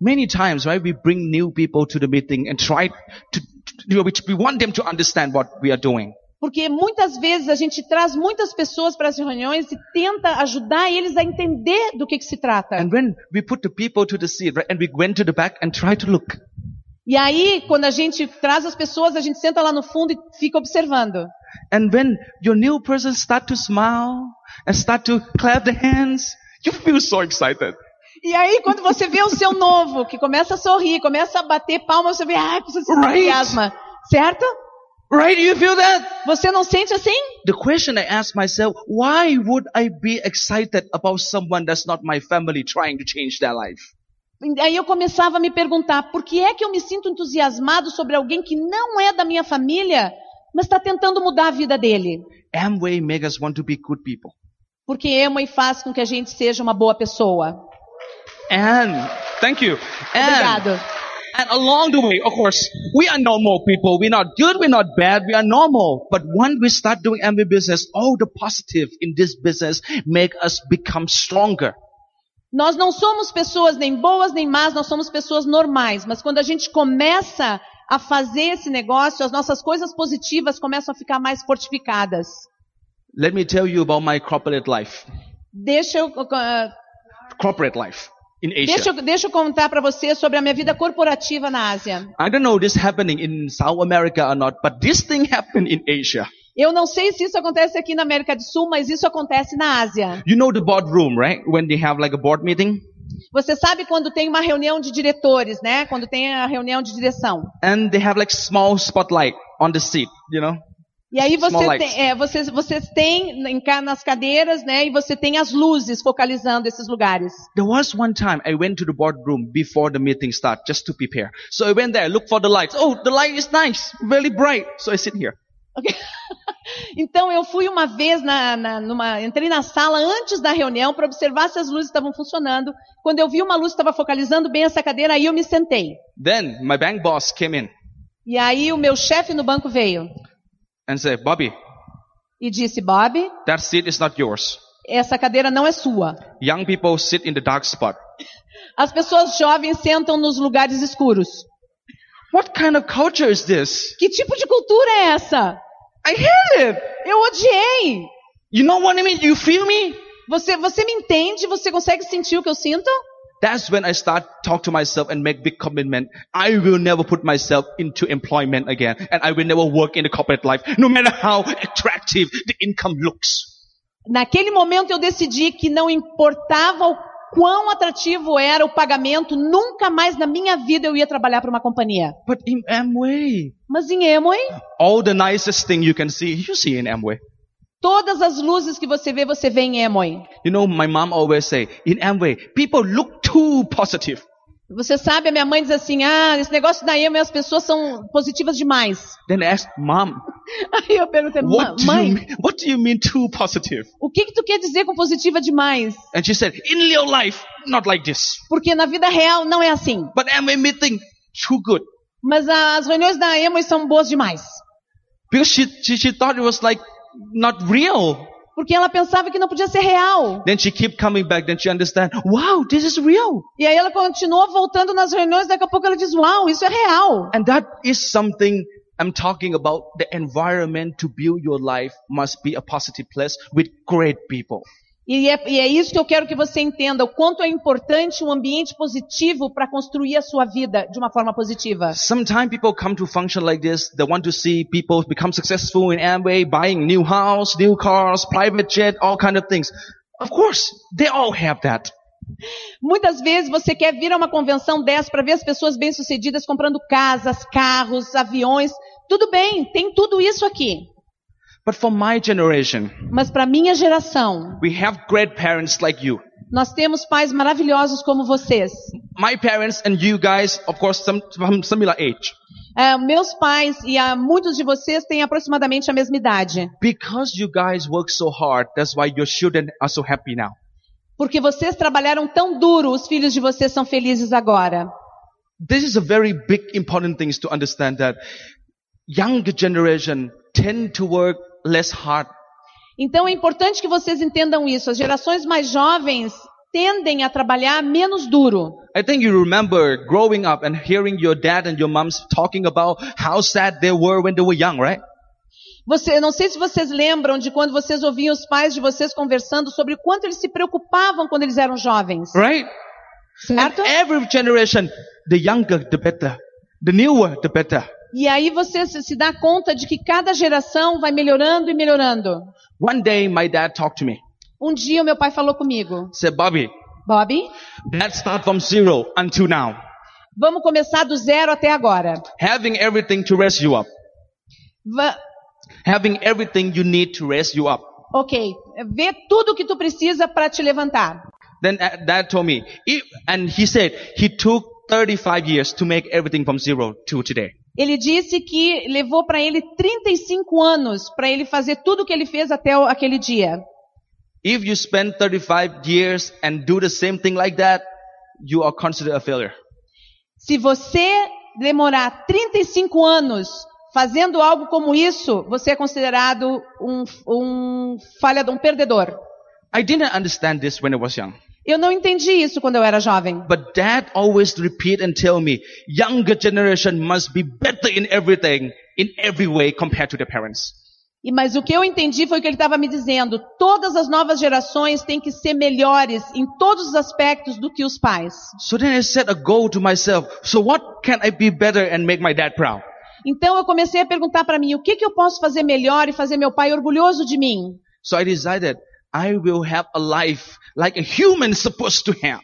Many times, right, we bring new people to the meeting and try to, to you know, which we want them to understand what we are doing.
Porque muitas vezes a gente traz muitas pessoas para as reuniões e tenta ajudar eles a entender do que, que se trata.
And when we put the people to the seat, right, and we went to the back and try to look,
E aí, quando a gente traz as pessoas, a gente senta lá no fundo e fica observando.
and when your new person start to smile and start to clap their hands, you feel so excited.
E aí, quando você vê o seu novo, que começa a sorrir, começa a bater palma, você vê, "Ah, ai, precisa se
Right.
entusiasma. Certo?
Right? You feel that?
Você não sente assim?
The question I ask myself, why would I be excited about someone that's not my family trying to change their life?
Aí eu começava a me perguntar, por que é que eu me sinto entusiasmado sobre alguém que não é da minha família, mas está tentando mudar a vida dele?
Amway make us want to be good people.
Porque emo e faz com que a gente seja uma boa pessoa.
And thank you. And,
Obrigado.
and along the way, of course, we are normal people. We're not good. We're not bad. We are normal. But when we start doing Amway business, all the positive in this business make us become stronger.
Nós não somos pessoas nem boas nem más, nós somos pessoas normais. Mas quando a gente começa a fazer esse negócio, as nossas coisas positivas começam a ficar mais fortificadas.
Let me tell you about my corporate life.
Deixa eu, ah,
Corporate life in
deixa
Asia.
eu, deixa eu contar para você sobre a minha vida corporativa na Ásia.
I don't know this happening in South America or not, but this thing happened in Asia.
Eu não sei se isso acontece aqui na América do Sul, mas isso acontece na Ásia.
You know the boardroom, right? When they have like a board meeting.
Você sabe quando tem uma reunião de diretores, né? Quando tem a reunião de direção.
And they have like small spotlight on the seat, you know?
E aí
Small
você
lights.
tem, é, vocês, vocês têm em ca- nas cadeiras, né? E você tem as luzes focalizando esses lugares.
There was one time I went to the boardroom before the meeting start just to prepare. So I went there, looked for the lights. Oh, the light is nice, really bright. So I sit here.
Ok? Então eu fui uma vez na, na- numa, entrei na sala antes da reunião para observar se as luzes estavam funcionando. Quando eu vi uma luz que estava focalizando bem essa cadeira, aí eu me sentei.
Then my bank boss came in
E aí o meu chefe no banco veio
and said, Bobby,
e disse: Bob,
that seat is not yours.
essa cadeira não é sua.
Young people sit in the dark spot.
As pessoas jovens sentam nos lugares escuros.
What kind of culture is this?
Que tipo de cultura é essa?
I hate it.
Eu odiei.
You know what I mean? You feel me?
Você, você me entende? Você consegue sentir o que eu sinto?
That's when I start talk to myself and make big commitment. I will never put myself into employment again, and I will never work in the corporate life, no matter how attractive the income looks.
Naquele momento eu decidi que não importava o quão atrativo era o pagamento, nunca mais na minha vida eu ia trabalhar para uma companhia.
But in Amway,
Mas em Emoi,
all the nicest thing you can see, you see in Amway.
todas as luzes que você vê, você vê em Emoi.
You know, my mom always say, in Amway, people look too positive.
Você sabe, a minha mãe diz assim: ah, esse negócio da Emoi, as pessoas são positivas demais.
Then I ask, mom,
Aí eu perguntei, "Ma-
what do, you,
mãe,
mean- what do you mean too positive?
o que, que tu quer dizer com positiva demais?
And she said, in real life, not like this.
Porque na vida real não é assim.
But Amway meeting, too good.
Mas a- as reuniões da Emoi são boas demais.
Because she, she, she thought it was like not real.
Porque ela pensava que não podia ser real.
Then she keep coming back. Then she understand. Wow, this is real.
E aí ela continuou voltando nas reuniões, daqui a pouco ela diz: Uau, isso é real.
And that is something I'm talking about. The environment to build your life must be a positive place with great people.
E é, e é isso que eu quero que você entenda: o quanto é importante um ambiente positivo para construir a sua vida de uma forma positiva.
Sometimes people come to function like this. They want to see people become successful in Amway, buying new house, new cars, private jet, all kind of things. Of course, they all have that.
Muitas vezes você quer vir a uma convenção dessa para ver as pessoas bem-sucedidas comprando casas, carros, aviões. Tudo bem, tem tudo isso aqui.
But for my generation,
Mas para minha geração,
we have great parents like you.
nós temos pais maravilhosos como vocês.
my parents and you guys, of course, some, from similar age.
É, meus pais e ah, muitos de vocês têm aproximadamente a mesma idade.
Because you guys work so hard, that's why your children are so happy now.
Porque vocês trabalharam tão duro, os filhos de vocês são felizes agora.
This is a very big important thing to understand that younger generation tend to work less hard.
Então é importante que vocês entendam isso. As gerações mais jovens tendem a trabalhar menos duro.
I think you remember growing up and hearing your dad and your moms talking about how sad they were when they were young, right?
Você, eu não sei se vocês lembram de quando vocês ouviam os pais de vocês conversando sobre o quanto eles se preocupavam quando eles eram jovens,
Right?
certo?
Every generation, the younger the better, the newer the better.
E aí você se se dá conta de que cada geração vai melhorando e melhorando.
One day my dad talked to me.
Um dia o meu pai falou comigo,
Said, Bobby,
Bob,
let's start from zero until now.
vamos começar do zero até agora.
Having everything to raise you up.
Va-
Having everything you need to raise you up.
ok, vê tudo o que tu precisa para te levantar.
Then uh, dad told me, if, and he said he took 35 years to make everything from zero to today.
Ele disse que levou para ele 35 anos para ele fazer tudo o que ele fez até o- aquele dia.
If you spend 35 years and do the same thing like that, you are considered a failure.
Se você demorar 35 anos fazendo algo como isso, você é considerado um, um falhador, um perdedor.
I didn't understand this when I was young,
Eu não entendi isso quando eu era jovem.
but dad always repeat and tell me, younger generation must be better in everything, in every way compared to their parents.
E mas o que eu entendi foi o que ele estava me dizendo. Todas as novas gerações têm que ser melhores em todos os aspectos do que os pais.
So then I set a goal to myself. So what can I be better and make my dad proud?
Então eu comecei a perguntar para mim o que, que eu posso fazer melhor e fazer meu pai orgulhoso de mim.
So I decided I will have a life like a human is supposed to have.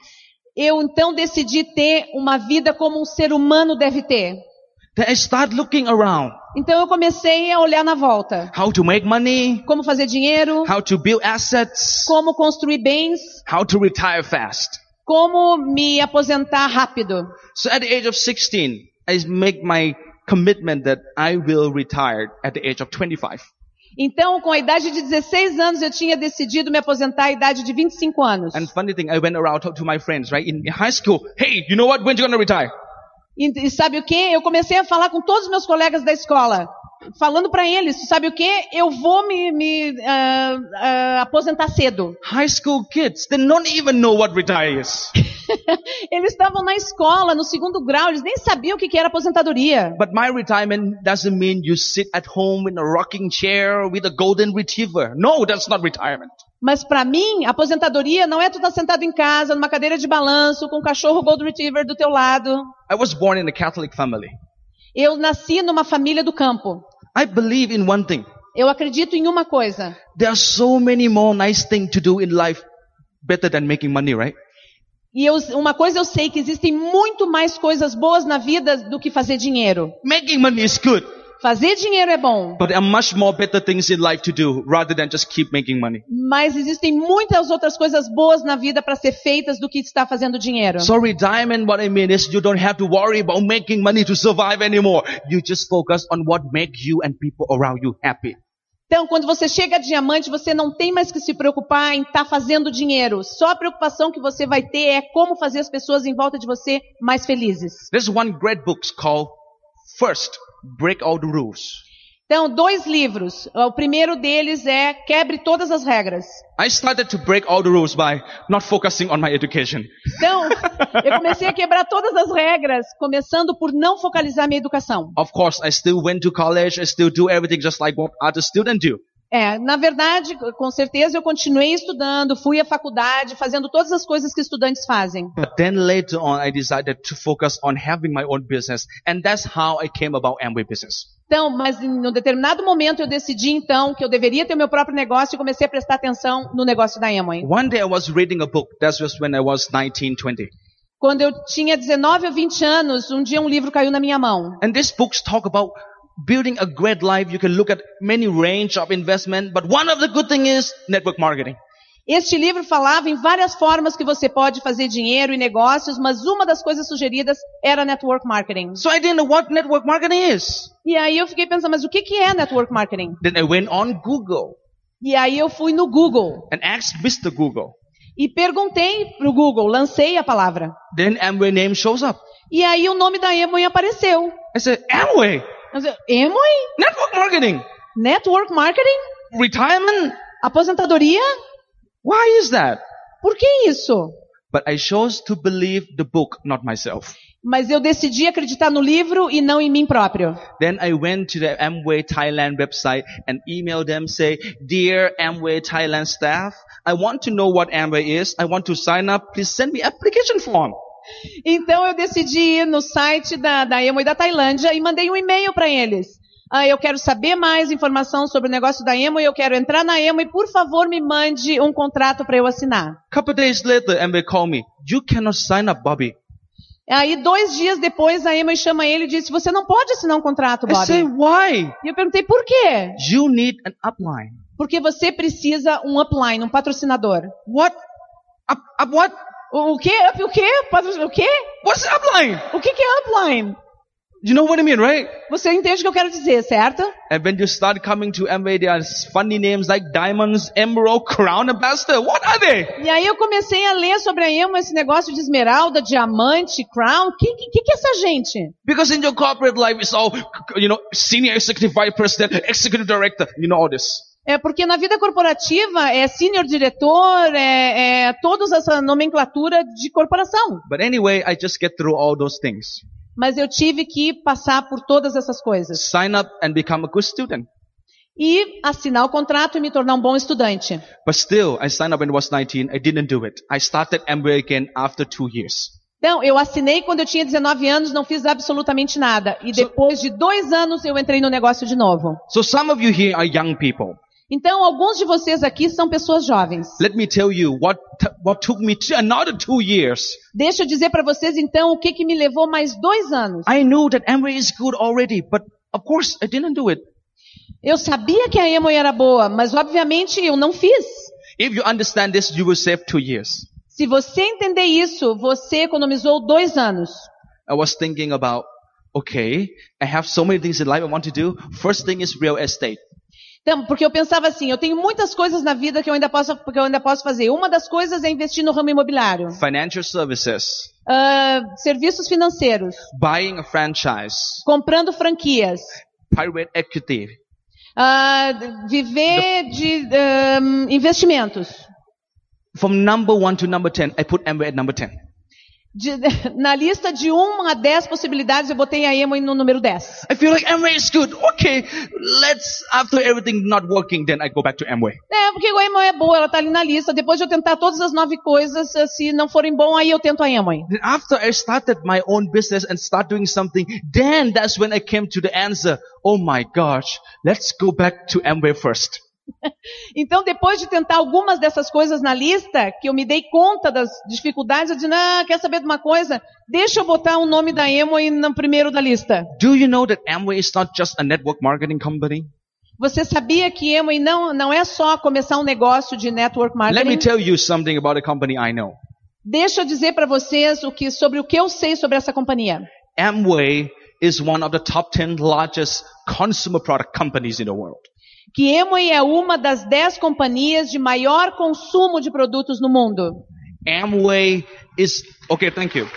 Eu então decidi ter uma vida como um ser humano deve ter.
Then I start looking around
Então eu comecei a olhar na volta.
how to make money,
Como fazer dinheiro,
how to build assets,
como construir bens,
how to retire fast.
como me aposentar rápido.
So at the age of 16, I make my commitment that I will retire at the age of 25.
Então, com a idade de 16 anos, eu tinha decidido me aposentar à idade de 25 anos.
And funny thing, I went around talk to my friends, right? In high school, hey, you know what? When you gonna retire?
E, e sabe o que? Eu comecei a falar com todos os meus colegas da escola, falando pra eles, sabe o que? Eu vou me, me, ah, ah, aposentar cedo.
High school kids, they don't even know what retire is.
Eles estavam na escola, no segundo grau, eles nem sabiam o que, que era aposentadoria.
But my retirement doesn't mean you sit at home in a rocking chair with a golden retriever. No, that's not retirement.
Mas pra mim, aposentadoria não é tu estar sentado em casa, numa cadeira de balanço, com um cachorro gold retriever do teu lado.
I was born in a Catholic family.
Eu nasci numa família do campo.
I believe in one thing.
Eu acredito em uma coisa.
There are so many more nice things to do in life better than making money, right?
E eu, uma coisa eu sei que existem muito mais coisas boas na vida do que fazer dinheiro.
Making money is good,
Fazer dinheiro é bom,
but there are much more better things in life to do rather than just keep making money.
mas existem muitas outras coisas boas na vida para ser feitas do que estar fazendo dinheiro.
So retirement, what I mean is you don't have to worry about making money to survive anymore. You just focus on what makes you and people around you happy.
Então, quando você chega a diamante, você não tem mais que se preocupar em estar fazendo dinheiro. Só a preocupação que você vai ter é como fazer as pessoas em volta de você mais felizes.
There's one great book called First, Break All the Rules.
Então, dois livros. O primeiro deles é Quebre Todas as Regras.
I started to break all the rules by not focusing on my education.
Então, eu comecei a quebrar todas as regras, começando por não focalizar minha educação.
Of course, I still went to college. I still do everything just like what other students do.
É, na verdade, com certeza eu continuei estudando, fui à faculdade, fazendo todas as coisas que estudantes fazem.
But then later on, I decided to focus on having my own business. And that's how I came about Amway business.
Então, mas em um determinado momento eu decidi então que eu deveria ter o meu próprio negócio e comecei a prestar atenção no negócio da Amway.
One day I was reading a book. That was when I was 19, 20.
Quando eu tinha 19 ou 20 anos, um dia um livro caiu na minha mão.
And these books talk about building a great life. You can look at many range of investment. But one of the good thing is network marketing.
Este livro falava em várias formas que você pode fazer dinheiro e negócios, mas uma das coisas sugeridas era network marketing.
So I didn't know what network marketing is.
E aí eu fiquei pensando, mas o que que é network marketing?
Then I went on Google
E aí eu fui no Google
and asked Mr. Google.
e perguntei pro Google, lancei a palavra.
Then Amway name shows up.
E aí o nome da Emoi apareceu.
I said, Amway,
Eu disse, Emoi?
network marketing,
Network marketing?
retirement.
Aposentadoria?
Why is that?
Por que isso?
But I chose to believe the book, not myself.
Mas eu decidi acreditar no livro e não em mim próprio.
Then I went to the Amway Thailand website and emailed them say, Dear Amway Thailand staff, I want to know what Amway is. I want to sign up. Please send me application form.
Então eu decidi ir no site da, da Emoi da Tailândia e mandei um e-mail para eles. Ah, eu quero saber mais informação sobre o negócio da Emoi, eu quero entrar na Emoi, por favor me mande um contrato para eu assinar.
Couple days later, Amway called me. You cannot sign up, Bobby.
Aí dois dias depois a Emoi chama ele e disse, você não pode assinar um contrato,
I say,
Bob.
why?
E eu perguntei, por quê?
You need an upline.
Porque você precisa um upline, um patrocinador.
What? Up, up what?
O, o quê? Up, o quê? Patro- O quê?
What's an upline?
O que, que é upline?
You know what I mean, right?
Você entende o que eu quero dizer, certo?
And when you start coming to Amway, there are funny names like Diamonds, Emerald, Crown Ambassador. What are they?
E aí eu comecei a ler sobre a Emma, esse negócio de esmeralda, diamante, crown. Que que, que que é essa gente?
Because in your corporate life, it's all, you know, senior executive vice president, executive director, you know all this.
É porque na vida corporativa é senior diretor, é, é toda essa nomenclatura de corporação.
But anyway, I just get through all those things.
Mas eu tive que passar por todas essas coisas.
Sign up and become a good student.
E assinar o contrato e me tornar um bom estudante.
But still, I signed up when I was 19. I didn't do it. I started Amway again after two years.
Então, eu assinei quando eu tinha 19 anos, não fiz absolutamente nada. E depois de dois anos eu entrei no negócio de novo.
So some of you here are young people.
Então, alguns de vocês aqui são pessoas jovens.
Let me tell you what, t- what took me t- another two years.
Deixa eu dizer para vocês então o que, que me levou mais dois anos.
I knew that Amway is good already, but of course I didn't do it.
Eu sabia que a Emoi era boa, mas obviamente eu não fiz.
If you understand this, you will save two years.
Se você entender isso, você economizou dois anos.
I was thinking about, okay, I have so many things in life I want to do. First thing is real estate.
Então, porque eu pensava assim, eu tenho muitas coisas na vida que eu ainda posso, que eu ainda posso fazer. Uma das coisas é investir no ramo imobiliário,
Financial services.
Ah, serviços financeiros,
Buying a franchise.
comprando franquias,
Private equity.
ah, viver de ah, investimentos.
From number one to number 10, I put Amway at number 10.
De- na lista de 1 a 10 possibilidades, eu botei a Emoi no número 10.
I feel like Amway is good. Okay, let's, after everything not working, then I go back to Amway.
É, porque a Emoi é boa, ela tá ali na lista. Depois de eu tentar todas as nove coisas, eh, se não forem bom, aí eu tento a Emoi.
Then after I started my own business and start doing something, then that's when I came to the answer. Oh my gosh, let's go back to Amway first.
Então, depois de tentar algumas dessas coisas na lista, que eu me dei conta das dificuldades, eu disse, ah, quer saber de uma coisa? Deixa eu botar o nome da Emoi no primeiro da lista.
Do you know that Amway is not just a network marketing company?
Você sabia que Emoi não, não é só começar um negócio de network
Let me
marketing?
tell you something about a company I know.
Deixa eu dizer para vocês o que, sobre o que eu sei sobre essa companhia.
Amway is one of the top 10 largest consumer product companies in the world.
Que Emoi é uma das dez companhias de maior consumo de produtos no mundo.
Amway is, okay, thank you.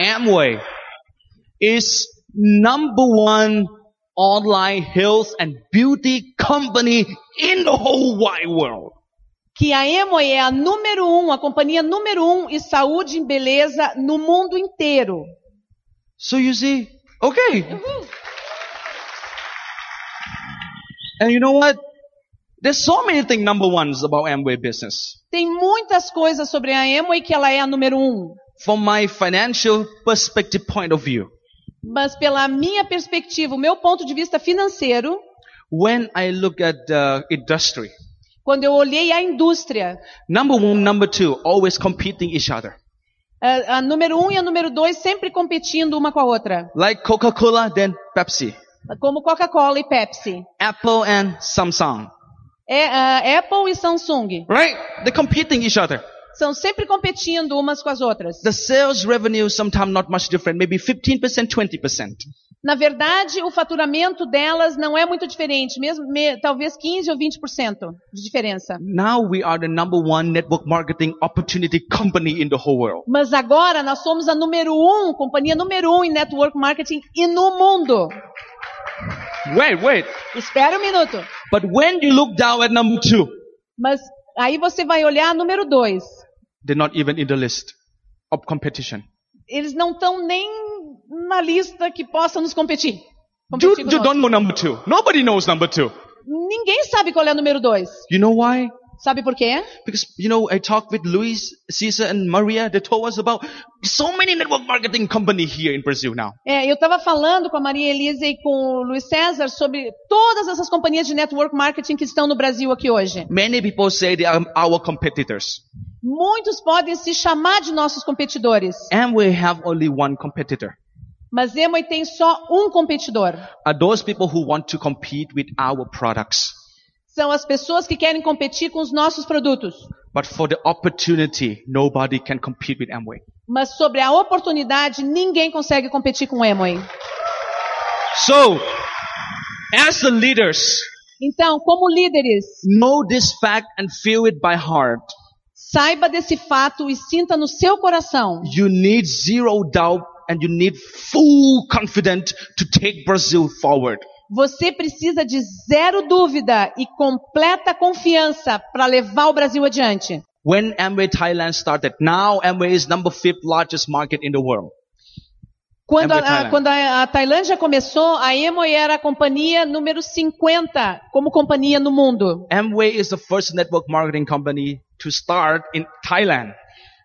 Amway is number one online health and beauty company in the whole wide world.
que a Emoi é a número um, a companhia número um em saúde e beleza no mundo inteiro.
So you see, okay. And you know what? There's so many things number ones about Amway business.
Tem muitas coisas sobre a Emoi que ela é a número um.
From my financial perspective point of view,
Mas pela minha perspectiva, o meu ponto de vista financeiro,
when I look at the industry,
quando eu olhei a indústria,
number one, number two, always competing each other.
a, a número um e a número dois sempre competindo uma com a outra,
Like Coca-Cola, then Pepsi,
como Coca-Cola e Pepsi,
Apple and Samsung,
É, ah, Apple e Samsung.
right? They're competing each other.
São sempre competindo umas com as outras.
The sales revenue sometimes not much different, maybe 15%, 20%.
Na verdade, o faturamento delas não é muito diferente, mesmo me- talvez 15 ou 20% de diferença.
Now we are the number one network marketing opportunity company in the whole world.
Mas agora nós somos a número um, companhia número um em network marketing e no mundo.
Wait, wait.
Espera um minuto.
But when you look down at number two,
Mas aí você vai olhar número dois.
they're not even in the list of competition.
Eles não estão nem na lista que possa nos competir.
You,
Competir
you
conosco.
don't know number two. Nobody knows number two.
Ninguém sabe qual é o número dois.
You know why?
Sabe por quê?
Because, you know, I talked with Luis, Cesar, and Maria. They told us about so many network marketing company here in Brazil now.
É, eu estava falando com a Maria Elisa e com o Luiz César sobre todas essas companhias de network marketing que estão no Brasil aqui hoje.
Many people say they are our competitors.
Muitos podem se chamar de nossos competidores,
And we have only one competitor.
mas Emoi tem só um competidor.
Are those people who want to compete with our products.
São as pessoas que querem competir com os nossos produtos.
But for the opportunity, nobody can compete with Amway.
Mas sobre a oportunidade, ninguém consegue competir com Emoi.
So, as the leaders,
Então, como líderes,
know this fact and feel it by heart.
saiba desse fato e sinta no seu coração.
You need zero doubt and you need full confidence to take Brazil forward.
Você precisa de zero dúvida e completa confiança para levar o Brasil adiante.
When Amway Thailand started, now Amway is number fifth largest market in the world.
Quando,
Amway
a,
Thailand.
a, quando a, a Tailândia começou, a Emoi era a companhia número 50 como companhia no mundo.
Amway is the first network marketing company to start in Thailand.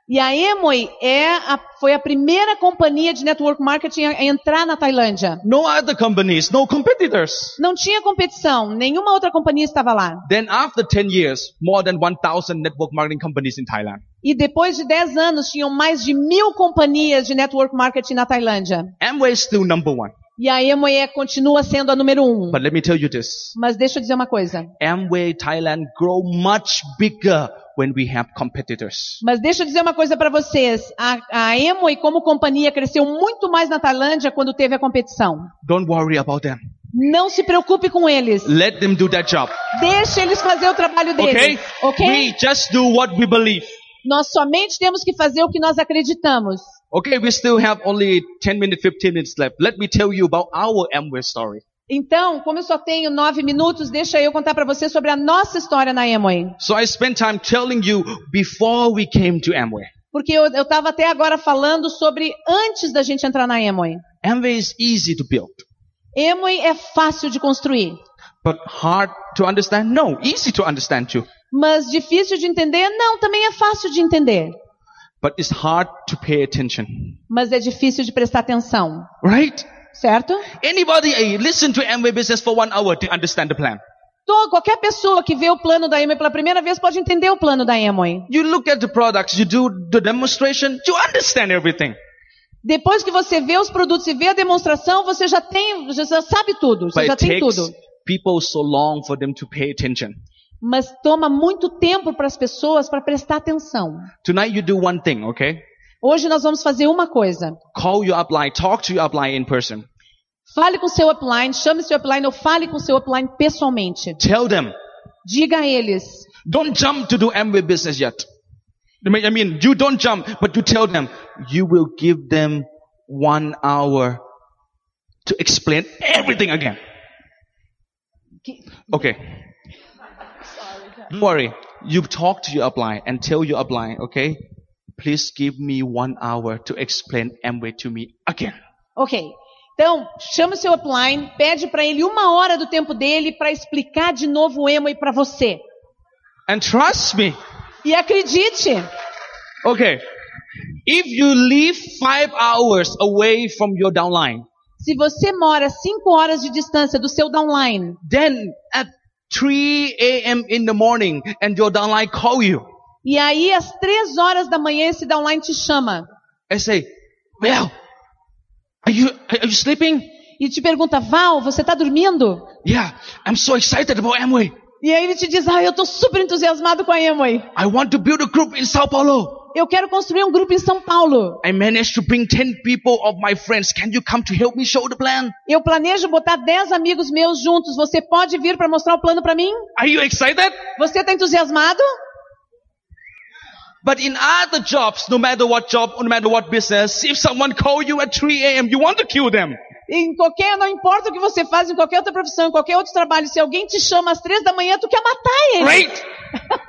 E a Emoi é a- foi a primeira companhia de network marketing a, a entrar na Tailândia.
No other companies, no competitors.
Não tinha competição, nenhuma outra companhia estava lá.
Then after 10 years, more than 1,000 network marketing companies in Thailand.
E depois de 10 anos, tinham mais de mil companhias de network marketing na Tailândia.
Amway is still number one.
E a Emoi é- continua sendo a número um.
But let me tell you this.
Mas deixa eu dizer uma coisa.
Amway Thailand grow much bigger when we have competitors.
Mas deixa eu dizer uma coisa para vocês. A, a Emoi, como companhia, cresceu muito mais na Tailândia quando teve a competição.
Don't worry about them.
Não se preocupe com eles.
Let them do their job.
Deixa eles fazer o trabalho
Okay?
deles. Ok?
We just do what we believe.
Nós somente temos que fazer o que nós acreditamos.
Okay, we still have only 10 minutes, 15 minutes left. Let me tell you about our Amway story.
Então, como eu só tenho nove minutos, deixa eu contar para vocês sobre a nossa história na Emoi.
So I spent time telling you before we came to Amway.
Porque eu estava até agora falando sobre antes da gente entrar na Emoi.
Amway is easy to build,
Emoi é fácil de construir,
but hard to understand? No, easy to understand too.
mas difícil de entender? Não, também é fácil de entender.
But it's hard to pay attention.
mas é difícil de prestar atenção,
Right?
certo?
Anybody eh, listen to Amway Business for one hour to understand the plan.
Todo, Então, qualquer pessoa que vê o plano da Emoi pela primeira vez pode entender o plano da Emoi.
You look at the products, you do the demonstration, you understand everything.
Depois que você vê os produtos e vê a demonstração, você já tem, já já sabe tudo, você
But
já
it
tem
takes
tudo.
people so long for them to pay attention.
Mas toma muito tempo para as pessoas para prestar atenção.
Tonight you do one thing, okay?
Hoje nós vamos fazer uma coisa.
Call your upline, talk to your upline in person.
Fale com seu upline, chame seu upline ou fale com seu upline pessoalmente.
Tell them,
Diga a eles.
don't jump to do Amway business yet. I mean- I mean, you don't jump, but you tell them, you will give them one hour to explain everything again.
Que-
Okay. Don't worry. You talk to your upline and tell your upline, okay? Please give me one hour to explain Amway to me again.
Ok. Então, chama o seu upline, pede para ele uma hora do tempo dele para explicar de novo o Emoi para você.
And trust me,
E acredite,
okay, if you live five hours away from your downline,
se você mora 5 horas de distância do seu downline,
then at 3 a.m. in the morning and your downline call you
e aí às 3 horas da manhã esse downline te chama
and say, Well, are you, are you sleeping?
e te pergunta, Val, você está tá dormindo?
Yeah, I'm so excited about Amway.
E aí ele te diz, ah, eu tô super entusiasmado com a Amway.
I want to build a group in Sao Paulo.
Eu quero construir um grupo em São Paulo.
I managed to bring 10 people of my friends. Can you come to help me show the plan?
Eu planejo botar 10 amigos meus juntos. Você pode vir para mostrar o plano para mim?
Are you excited?
Você tá entusiasmado?
But in other jobs, no matter what job, no matter what business, if someone call you at 3 a.m., you want to kill them.
Em qualquer, não importa o que você faz, em qualquer outra profissão, em qualquer outro trabalho, se alguém te chama às três da manhã, tu quer matar ele.
Right?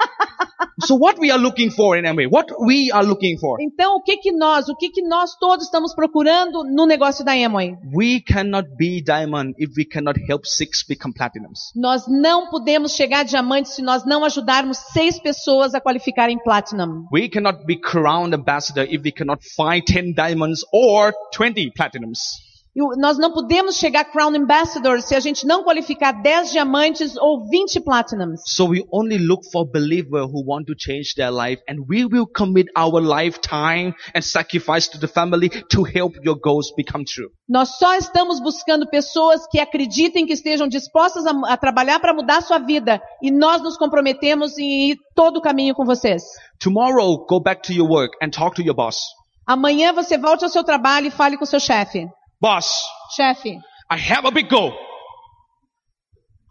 so what we are looking for in MA, what we are looking for,
Então, o que que nós, o que que nós todos estamos procurando no negócio da Amway?
we cannot be diamond if we cannot help six become platinums.
Nós não podemos chegar a diamante se nós não ajudarmos seis pessoas a qualificarem platinum.
We cannot be crowned ambassador if we cannot find 10 diamonds or 20 platinums.
E o- nós não podemos chegar a Crown Ambassador se a gente não qualificar 10 diamantes ou 20 platinums.
So we only look for believers who want to change their life and we will commit our lifetime and sacrifice to the family to help your goals become true.
Nós só estamos buscando pessoas que acreditem que estejam dispostas a, a trabalhar para mudar sua vida. E nós nos comprometemos em ir todo o caminho com vocês.
Tomorrow, go back to your work and talk to your boss.
Amanhã você volte ao seu trabalho e fale com seu chefe.
Boss,
Chefe,
I have a big goal.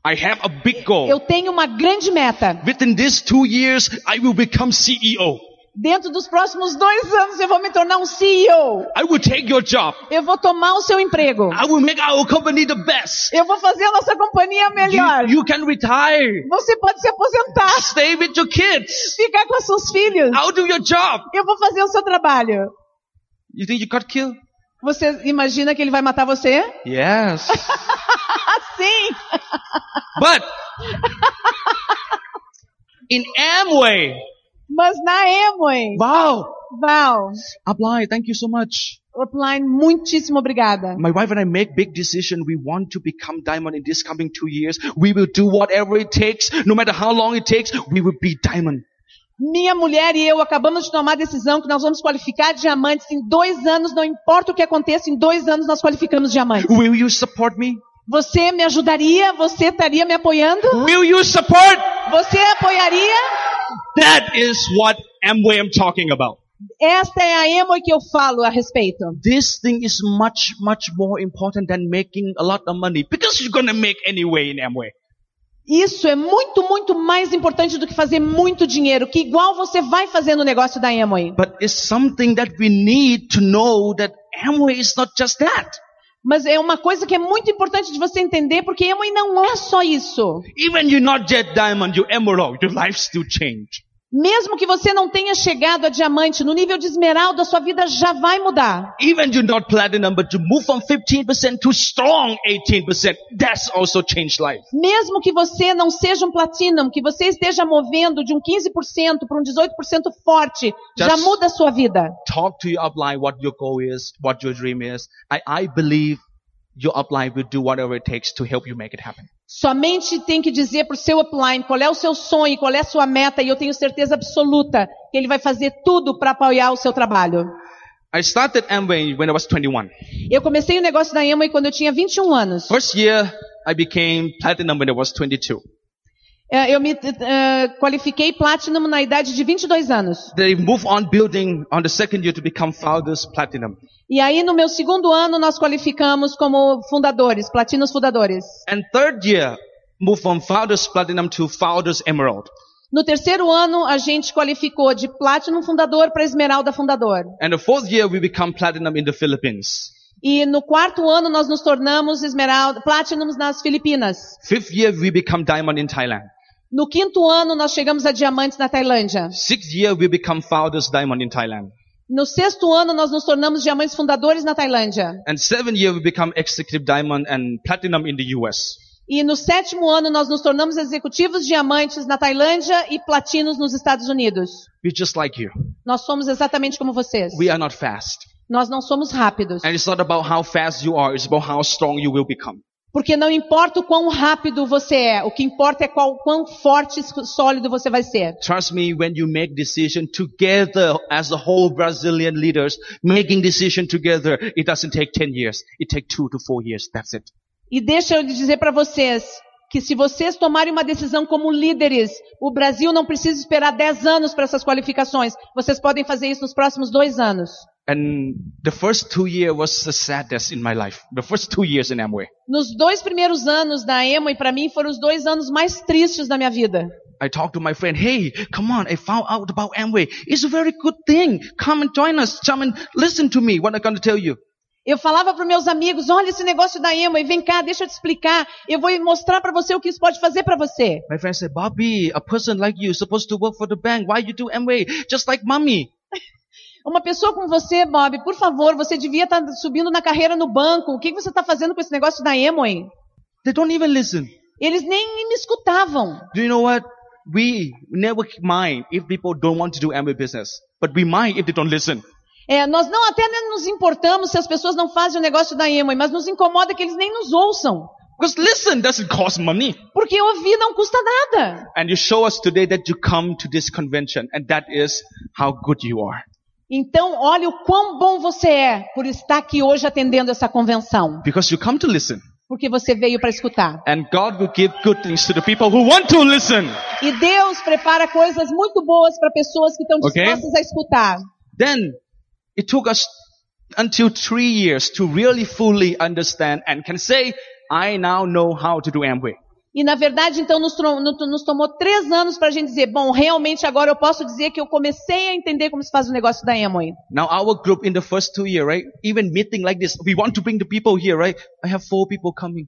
I have a big goal.
eu tenho uma grande meta.
Within these two years, I will become E CEO.
Dentro dos próximos dois anos eu vou me tornar um CEO.
I will take your job.
Eu vou tomar o seu emprego.
I will make our company the best.
Eu vou fazer a nossa companhia melhor.
You, you can retire.
Você pode se aposentar,
Stay with your kids.
ficar com os seus filhos.
I'll do your job.
Eu vou fazer o seu trabalho.
You think you got killed?
Você imagina que ele vai matar você?
Yes.
Sim!
but in Amway,
Mas na Amway,
wow.
Val,
Apply. Thank you so much.
Upline, muitíssimo obrigada.
My wife and I make big decision. We want to become diamond in this coming two years. We will do whatever it takes, no matter how long it takes. We will be diamond.
Minha mulher e eu acabamos de tomar a decisão que nós vamos qualificar diamantes em dois anos, não importa o que aconteça, em dois anos nós qualificamos diamantes.
Will you support me?
Você me ajudaria? Você estaria me apoiando?
Will you support?
Você apoiaria?
That is what Amway I'm talking about.
Esta é a Amway que eu falo a respeito.
This thing is much, much more important than making a lot of money because you're gonna make anyway in Amway.
Isso é muito, muito mais importante do que fazer muito dinheiro, que igual você vai fazer no negócio da Amway.
But it's something that we need to know that Amway is not just that.
Mas é uma coisa que é muito importante de você entender, porque Amway não é só isso.
Even you're not yet diamond, you're emerald, your life still change.
Mesmo que você não tenha chegado a diamante, no nível de esmeralda, sua vida já vai mudar.
Even you're not platinum, but you move from 15% to strong 18%. That's also changed life.
Mesmo que você não seja um platinum, que você esteja movendo de um 15% para um 18% forte, já
Just-
muda a sua vida.
Talk to your upline what your goal is, what your dream is. I, I believe your upline will do whatever it takes to help you make it happen.
Somente tem que dizer para o seu upline qual é o seu sonho, qual é a sua meta, e eu tenho certeza absoluta que ele vai fazer tudo para apoiar o seu trabalho.
I started Amway when I was 21.
Eu comecei o negócio da Amway quando eu tinha 21 anos.
First year, I became platinum when I was 22.
É, Eu me eh, qualifiquei Platinum na idade de 22 anos.
They move on building on the second year to become founders platinum.
E aí, no meu segundo ano, nós qualificamos como fundadores, Platinos fundadores.
And third year, move from founders platinum to founders emerald.
No terceiro ano, a gente qualificou de Platinum fundador para Esmeralda fundador.
And the fourth year, we become platinum in the Philippines.
E no quarto ano, nós nos tornamos Esmeralda, Platinums nas Filipinas.
Fifth year, we become diamond in Thailand.
No quinto ano, nós chegamos a diamantes na Tailândia.
Sixth year, we become founders diamond in Thailand.
No sexto ano, nós nos tornamos diamantes fundadores na Tailândia.
And seventh year, we become executive diamond and platinum in the US.
E no sétimo ano, nós nos tornamos executivos diamantes na Tailândia e platinos nos Estados Unidos.
We're just like you.
Nós somos exatamente como vocês.
We are not fast.
Nós não somos rápidos.
And it's not about how fast you are, it's about how strong you will become.
Porque não importa o quão rápido você é, o que importa é qual, quão forte e sólido você vai ser.
Trust me, when you make decision together as the whole Brazilian leaders, making decision together, it doesn't take 10 years. It takes two to four years. That's it.
E deixa eu lhe dizer para vocês, que se vocês tomarem uma decisão como líderes, o Brasil não precisa esperar 10 anos para essas qualificações. Vocês podem fazer isso nos próximos dois anos.
And the first two years was the saddest in my life. The first two years in Amway.
Nos dois primeiros anos da Emo e para mim foram os dois anos mais tristes da minha vida.
I talked to my friend, hey, come on, I found out about Amway. It's a very good thing. Come and join us. Come and listen to me, what I'm going to tell you.
Eu falava para meus amigos, olha esse negócio da Emo e vem cá, deixa eu te explicar. Eu vou mostrar para você o que isso pode fazer para você.
My friend said, Bobby, a person like you is supposed to work for the bank. Why you do Amway? Just like mommy.
Uma pessoa como você, Bob, por favor, você devia estar subindo na carreira no banco. O que que você está fazendo com esse negócio da Emo, hein?
They don't even listen.
Eles nem me escutavam.
Do you know what? We never mind if people don't want to do Amway business, but we mind if they don't listen.
É, nós não até nem nos importamos se as pessoas não fazem o negócio da Emo, mas nos incomoda que eles nem nos ouçam.
Because listen doesn't cost money.
Porque ouvir não custa nada.
And you show us today that you come to this convention, and that is how good you are.
Então, olha o quão bom você é por estar aqui hoje atendendo essa convenção.
Because you come to listen.
Porque você veio para escutar.
And God will give good things to the people who want to listen.
E Deus prepara coisas muito boas para pessoas que estão
Ok.
dispostas a escutar.
Then it took us until three years to really fully understand and can say, I now know how to do Amway.
E na verdade, então, nos, tro- no- nos tomou três anos para a gente dizer, bom, realmente agora eu posso dizer que eu comecei a entender como se faz o negócio da Amway.
Now our group in the first two years, right? Even meeting like this, we want to bring the people here, right? I have four people coming.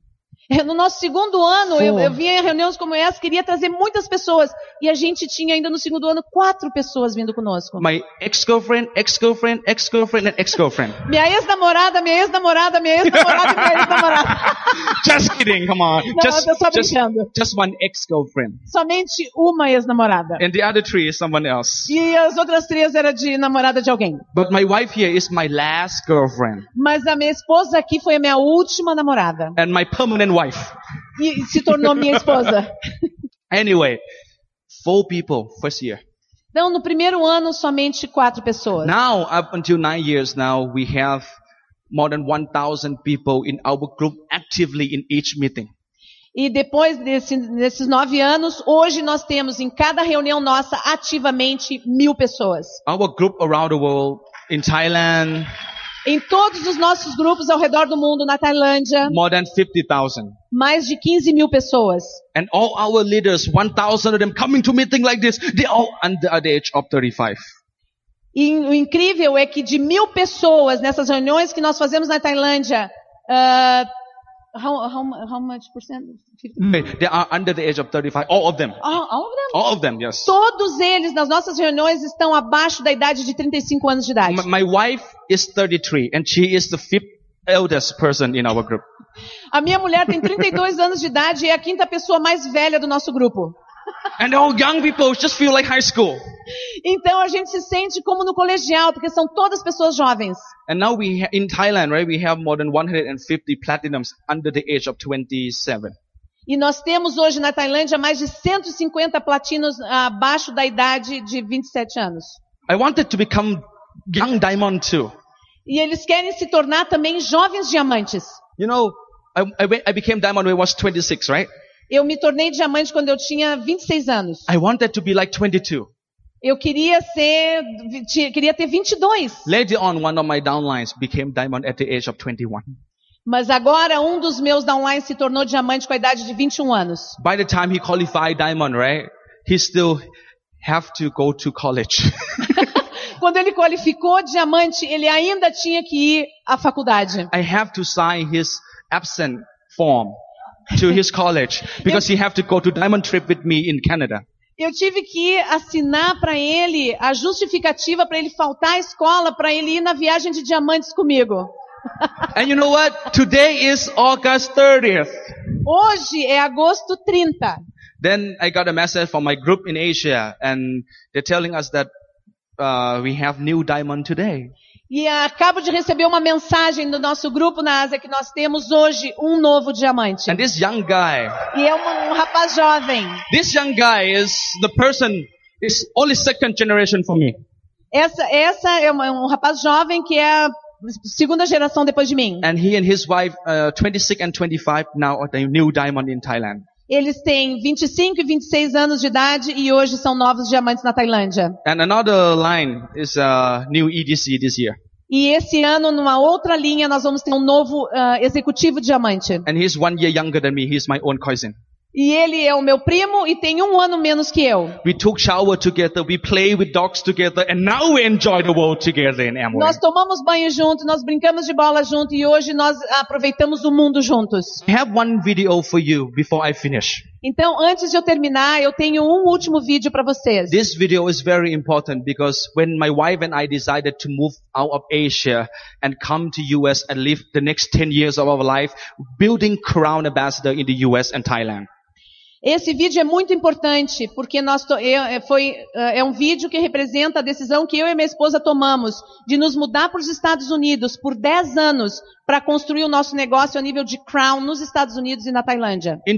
É, No nosso segundo ano, eu,
Sim.
eu vinha em reuniões como essa, queria trazer muitas pessoas. E a gente tinha ainda no segundo ano quatro pessoas vindo conosco.
My ex-girlfriend, ex-girlfriend, ex-girlfriend, and ex-girlfriend.
Minha ex-namorada, minha ex-namorada, minha ex-namorada e minha ex-namorada.
just kidding, come on.
No,
just,
that's what I'm
just,
saying.
just one ex-girlfriend.
Somente uma ex-namorada.
And the other three is someone else.
E as outras três era de namorada de alguém.
But my wife here is my last girlfriend.
Mas a minha esposa aqui foi a minha última namorada.
And my permanent wife.
E e se tornou minha esposa.
Anyway, four people first year.
Então, no primeiro ano, somente quatro pessoas.
Now, up until nine years now, we have more than 1,000 people in our group actively in each meeting.
E depois desse- desses nove anos, hoje nós temos em cada reunião nossa ativamente mil pessoas.
Our group around the world, in Thailand,
Em todos os nossos grupos ao redor do mundo, na Tailândia,
more than 50,000.
mais de 15 mil pessoas.
And all our leaders, 1,000 of them coming to meeting like this, they all under the age of 35.
E o incrível é que de mil pessoas nessas reuniões que nós fazemos na Tailândia, ah, how, how- how much percent?
They are under the age of 35, all of them.
All- all of them?
All of them, yes.
Ah, é? Todos eles nas nossas reuniões estão abaixo da idade de 35 anos de idade.
My, my wife is 33 and she is the fifth eldest person in our group.
A minha mulher tem 32 anos de idade e é a quinta pessoa mais velha do nosso grupo.
And all young people just feel like high school.
Então a gente se sente como no colegial, porque são todas pessoas jovens.
And now we ha- in Thailand, right? We have more than 150 platinums under the age of 27.
E nós temos hoje na Tailândia mais de 150 platinos abaixo da idade de 27 anos.
I wanted to become young diamond too.
E eles querem se tornar também jovens diamantes.
You know, I, I, went, I became diamond when I was 26, right?
Eu me tornei diamante quando eu tinha 26 anos.
I wanted to be like 22.
Eu queria ser, ti- queria ter 22.
Later on, one of my downlines became diamond at the age of 21.
Mas agora um dos meus downlines se tornou diamante com a idade de 21 anos.
By the time he qualified diamond, right? He still have to go to college.
Quando ele qualificou diamante, ele ainda tinha que ir à faculdade.
I have to sign his absent form to his college because he have to go to diamond trip with me in Canada.
Eu tive que assinar para ele a justificativa para ele faltar à escola, para ele ir na viagem de diamantes comigo.
And you know what? Today is August 30th.
Hoje é agosto 30.
Then I got a message from my group in Asia and they're telling us that uh, we have new diamond today.
E acabo de receber uma mensagem do nosso grupo na Ásia que nós temos hoje um novo diamante.
And this young guy,
E é uma- um rapaz jovem.
this young guy is the person is only second generation for me.
Essa, essa é uma- um rapaz jovem que é a segunda geração depois de mim.
And he and his wife, uh, 26 and 25 now are the new diamond in Thailand.
Eles têm 25 e 26 anos de idade e hoje são novos diamantes na Tailândia.
And another line is uh, new EDC this year.
E esse ano, numa outra linha, nós vamos ter um novo ah, executivo diamante.
And he's one year younger than me. He's my own cousin.
E ele é o meu primo e tem um ano menos que eu.
We took shower together. We play with dogs together. And now we enjoy the world together in Amway.
Nós tomamos banho junto, nós brincamos de bola junto e hoje nós aproveitamos o mundo juntos.
I have one video for you before I finish.
Então, antes de eu terminar, eu tenho um último vídeo para vocês.
This video is very important because when my wife and I decided to move out of Asia and come to US and live the next 10 years of our life building Crown Ambassador in the US and Thailand.
Esse vídeo é muito importante porque nós to- eu- é- foi, eh, é um vídeo que representa a decisão que eu e minha esposa tomamos de nos mudar para os Estados Unidos por 10 anos para construir o nosso negócio a nível de Crown nos Estados Unidos e na Tailândia.
In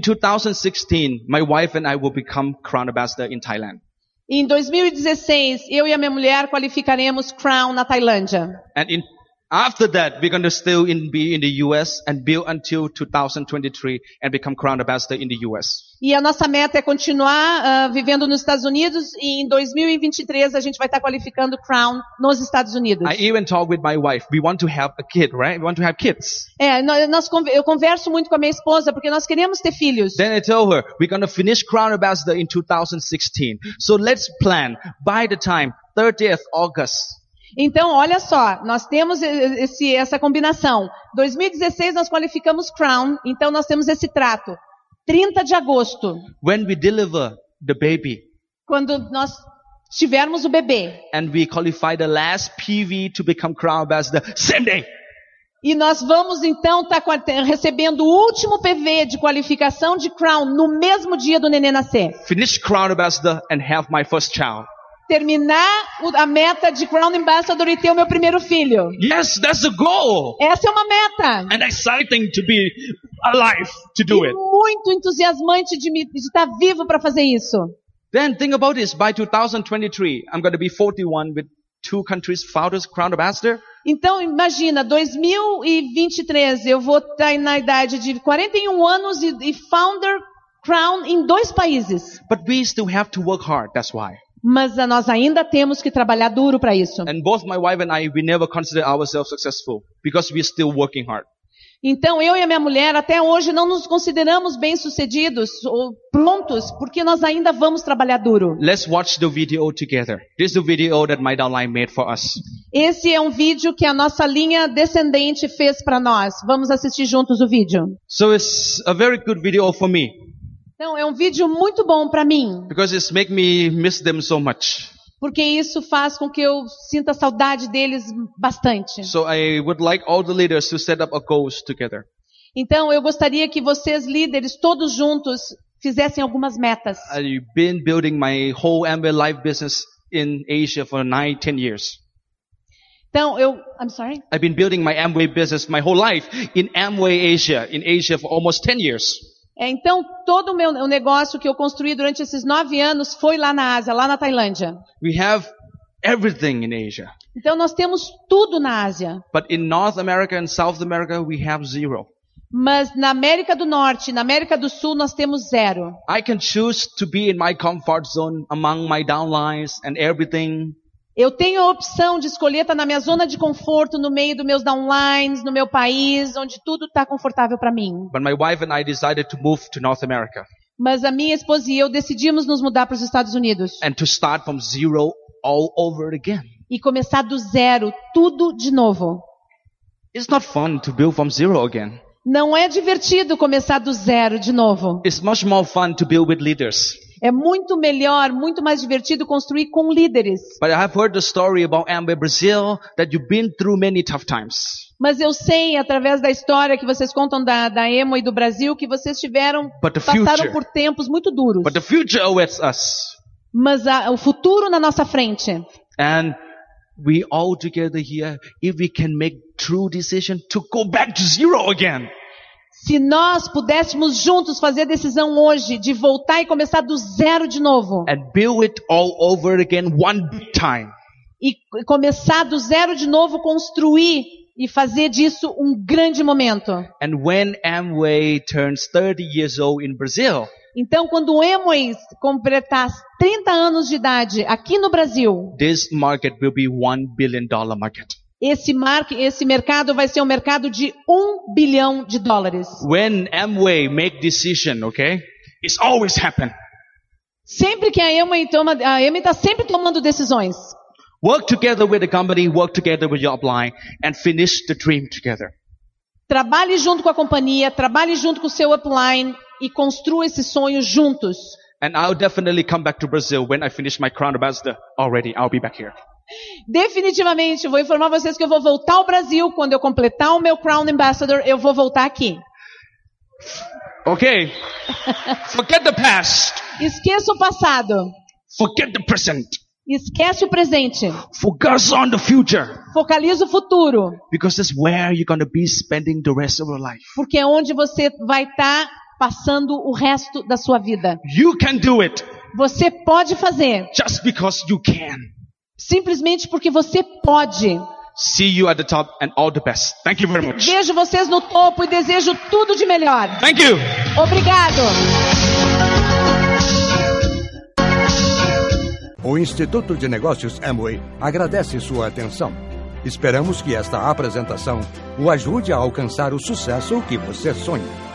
2016, my wife and I will become Crown Ambassador in Thailand.
Em 2016, eu e a minha mulher qualificaremos Crown na Tailândia.
And in, after that, we're going to still in, be in the US and build until 2023 and become Crown Ambassador in the US.
E a nossa meta é continuar ah, vivendo nos Estados Unidos e em 2023 a gente vai estar qualificando Crown nos Estados Unidos.
I even talk with my wife. We want to have a kid, right? We want to have kids.
É, nó- nós con- eu converso muito com a minha esposa porque nós queremos ter filhos.
Then I told her, we're going to finish Crown Ambassador in 2016. So let's plan by the time 30th August.
Então, olha só, nós temos e- e- esse- essa combinação. 2016 nós qualificamos Crown, então nós temos esse trato. 30 de agosto,
When we deliver the baby
quando nós tivermos o bebê,
and we qualify the last PV to become Crown Ambassador, same day.
E nós vamos então estar recebendo o último PV de qualificação de Crown no mesmo dia do neném nascer.
Finish Crown Ambassador and have my first child.
Terminar o- a meta de Crown Ambassador e ter o meu primeiro filho.
Yes, that's the goal.
Essa é uma meta.
And exciting to be alive to do
E
it.
muito entusiasmante de, me, de estar vivo para fazer isso.
Then think about this. By 2023, I'm going to be 41 with two countries founders, Crown Ambassador.
Então, imagina, 2023, eu vou estar na idade de 41 anos e, e founder Crown em dois países.
But we still have to work hard. That's why.
Mas ah, nós ainda temos que trabalhar duro para isso.
And both my wife and I, we never consider ourselves successful because we're still working hard.
Então, eu e a minha mulher até hoje não nos consideramos bem-sucedidos ou prontos, porque nós ainda vamos trabalhar duro.
Let's watch the video together. This is the video that my downline made for us.
Esse é um vídeo que a nossa linha descendente fez para nós. Vamos assistir juntos o vídeo.
So it's a very good video for me
Então, é um vídeo muito bom para mim,
because it's make me miss them so much.
porque isso faz com que eu sinta saudade deles bastante.
So I would like all the leaders to set up a goals together.
Então, eu gostaria que vocês, líderes, todos juntos, fizessem algumas metas.
I've been building my whole Amway life business in Asia for nine, ten years.
Então, eu. I'm sorry?
I've been building my Amway business my whole life in Amway Asia, in Asia for almost 10 years.
É, então, todo o meu o negócio que eu construí durante esses nove anos foi lá na Ásia, lá na Tailândia.
We have everything in Asia.
Então, nós temos tudo na Ásia.
But in North America and South America, we have zero.
Mas na América do Norte, na América do Sul, nós temos zero.
I can choose to be in my comfort zone among my downlines and everything.
Eu tenho a opção de escolher estar na minha zona de conforto, no meio dos meus downlines, no meu país, onde tudo está confortável para mim.
But my wife and I decided to move to North America
Mas a minha esposa e eu decidimos nos mudar para os Estados Unidos
and to start from zero all over again.
e começar do zero, tudo de novo.
It's not fun to build from zero again.
Não é divertido começar do zero de novo.
It's much more fun to build with leaders.
É muito melhor, muito mais divertido construir com líderes.
But I have heard the story about Amway Brazil that you've been through many tough times.
Mas eu sei, através da história que vocês contam da, da Emo e do Brasil, que vocês tiveram,
But the
passaram
future.
por tempos muito duros.
But the future awaits us.
Mas a- o futuro na nossa frente.
And we all together here, if we can make true decision to go back to zero again,
Se nós pudéssemos juntos fazer a decisão hoje de voltar e começar do zero de novo.
and build it all over again one big time.
E c- começar do zero de novo, construir e fazer disso um grande momento.
And when Amway turns 30 years old in Brazil,
Então, quando o Emois completar 30 anos de idade aqui no Brasil,
This market will be one billion dollar market.
esse, mar- esse mercado vai ser um mercado de 1 bilhão de dólares.
When Amway make decision, okay, it's always happen.
Sempre que a Emma toma, a Emma está sempre tomando decisões.
Work together with the company, work together with your upline, and finish the dream together.
Trabalhe junto com a companhia, trabalhe junto com o seu upline e construa esse sonho juntos.
And I'll definitely come back to Brazil when I finish my crown ambassador. Already, I'll be back here.
Definitivamente, eu vou informar vocês que eu vou voltar ao Brasil quando eu completar o meu Crown Ambassador, eu vou voltar aqui.
Okay. Forget the past.
Esqueça o passado,
Forget the present.
esquece o presente,
Focus on the future.
focalize o futuro,
Because that's where you're going to be spending the rest of your life.
porque é onde você vai estar passando o resto da sua vida.
You can do it
Você pode fazer,
just because you can.
simplesmente porque você pode.
See you at the top and all the best. Thank you very much.
Vejo vocês no topo e desejo tudo de melhor.
Thank you.
Obrigado.
O Instituto de Negócios Amway agradece sua atenção. Esperamos que esta apresentação o ajude a alcançar o sucesso que você sonha.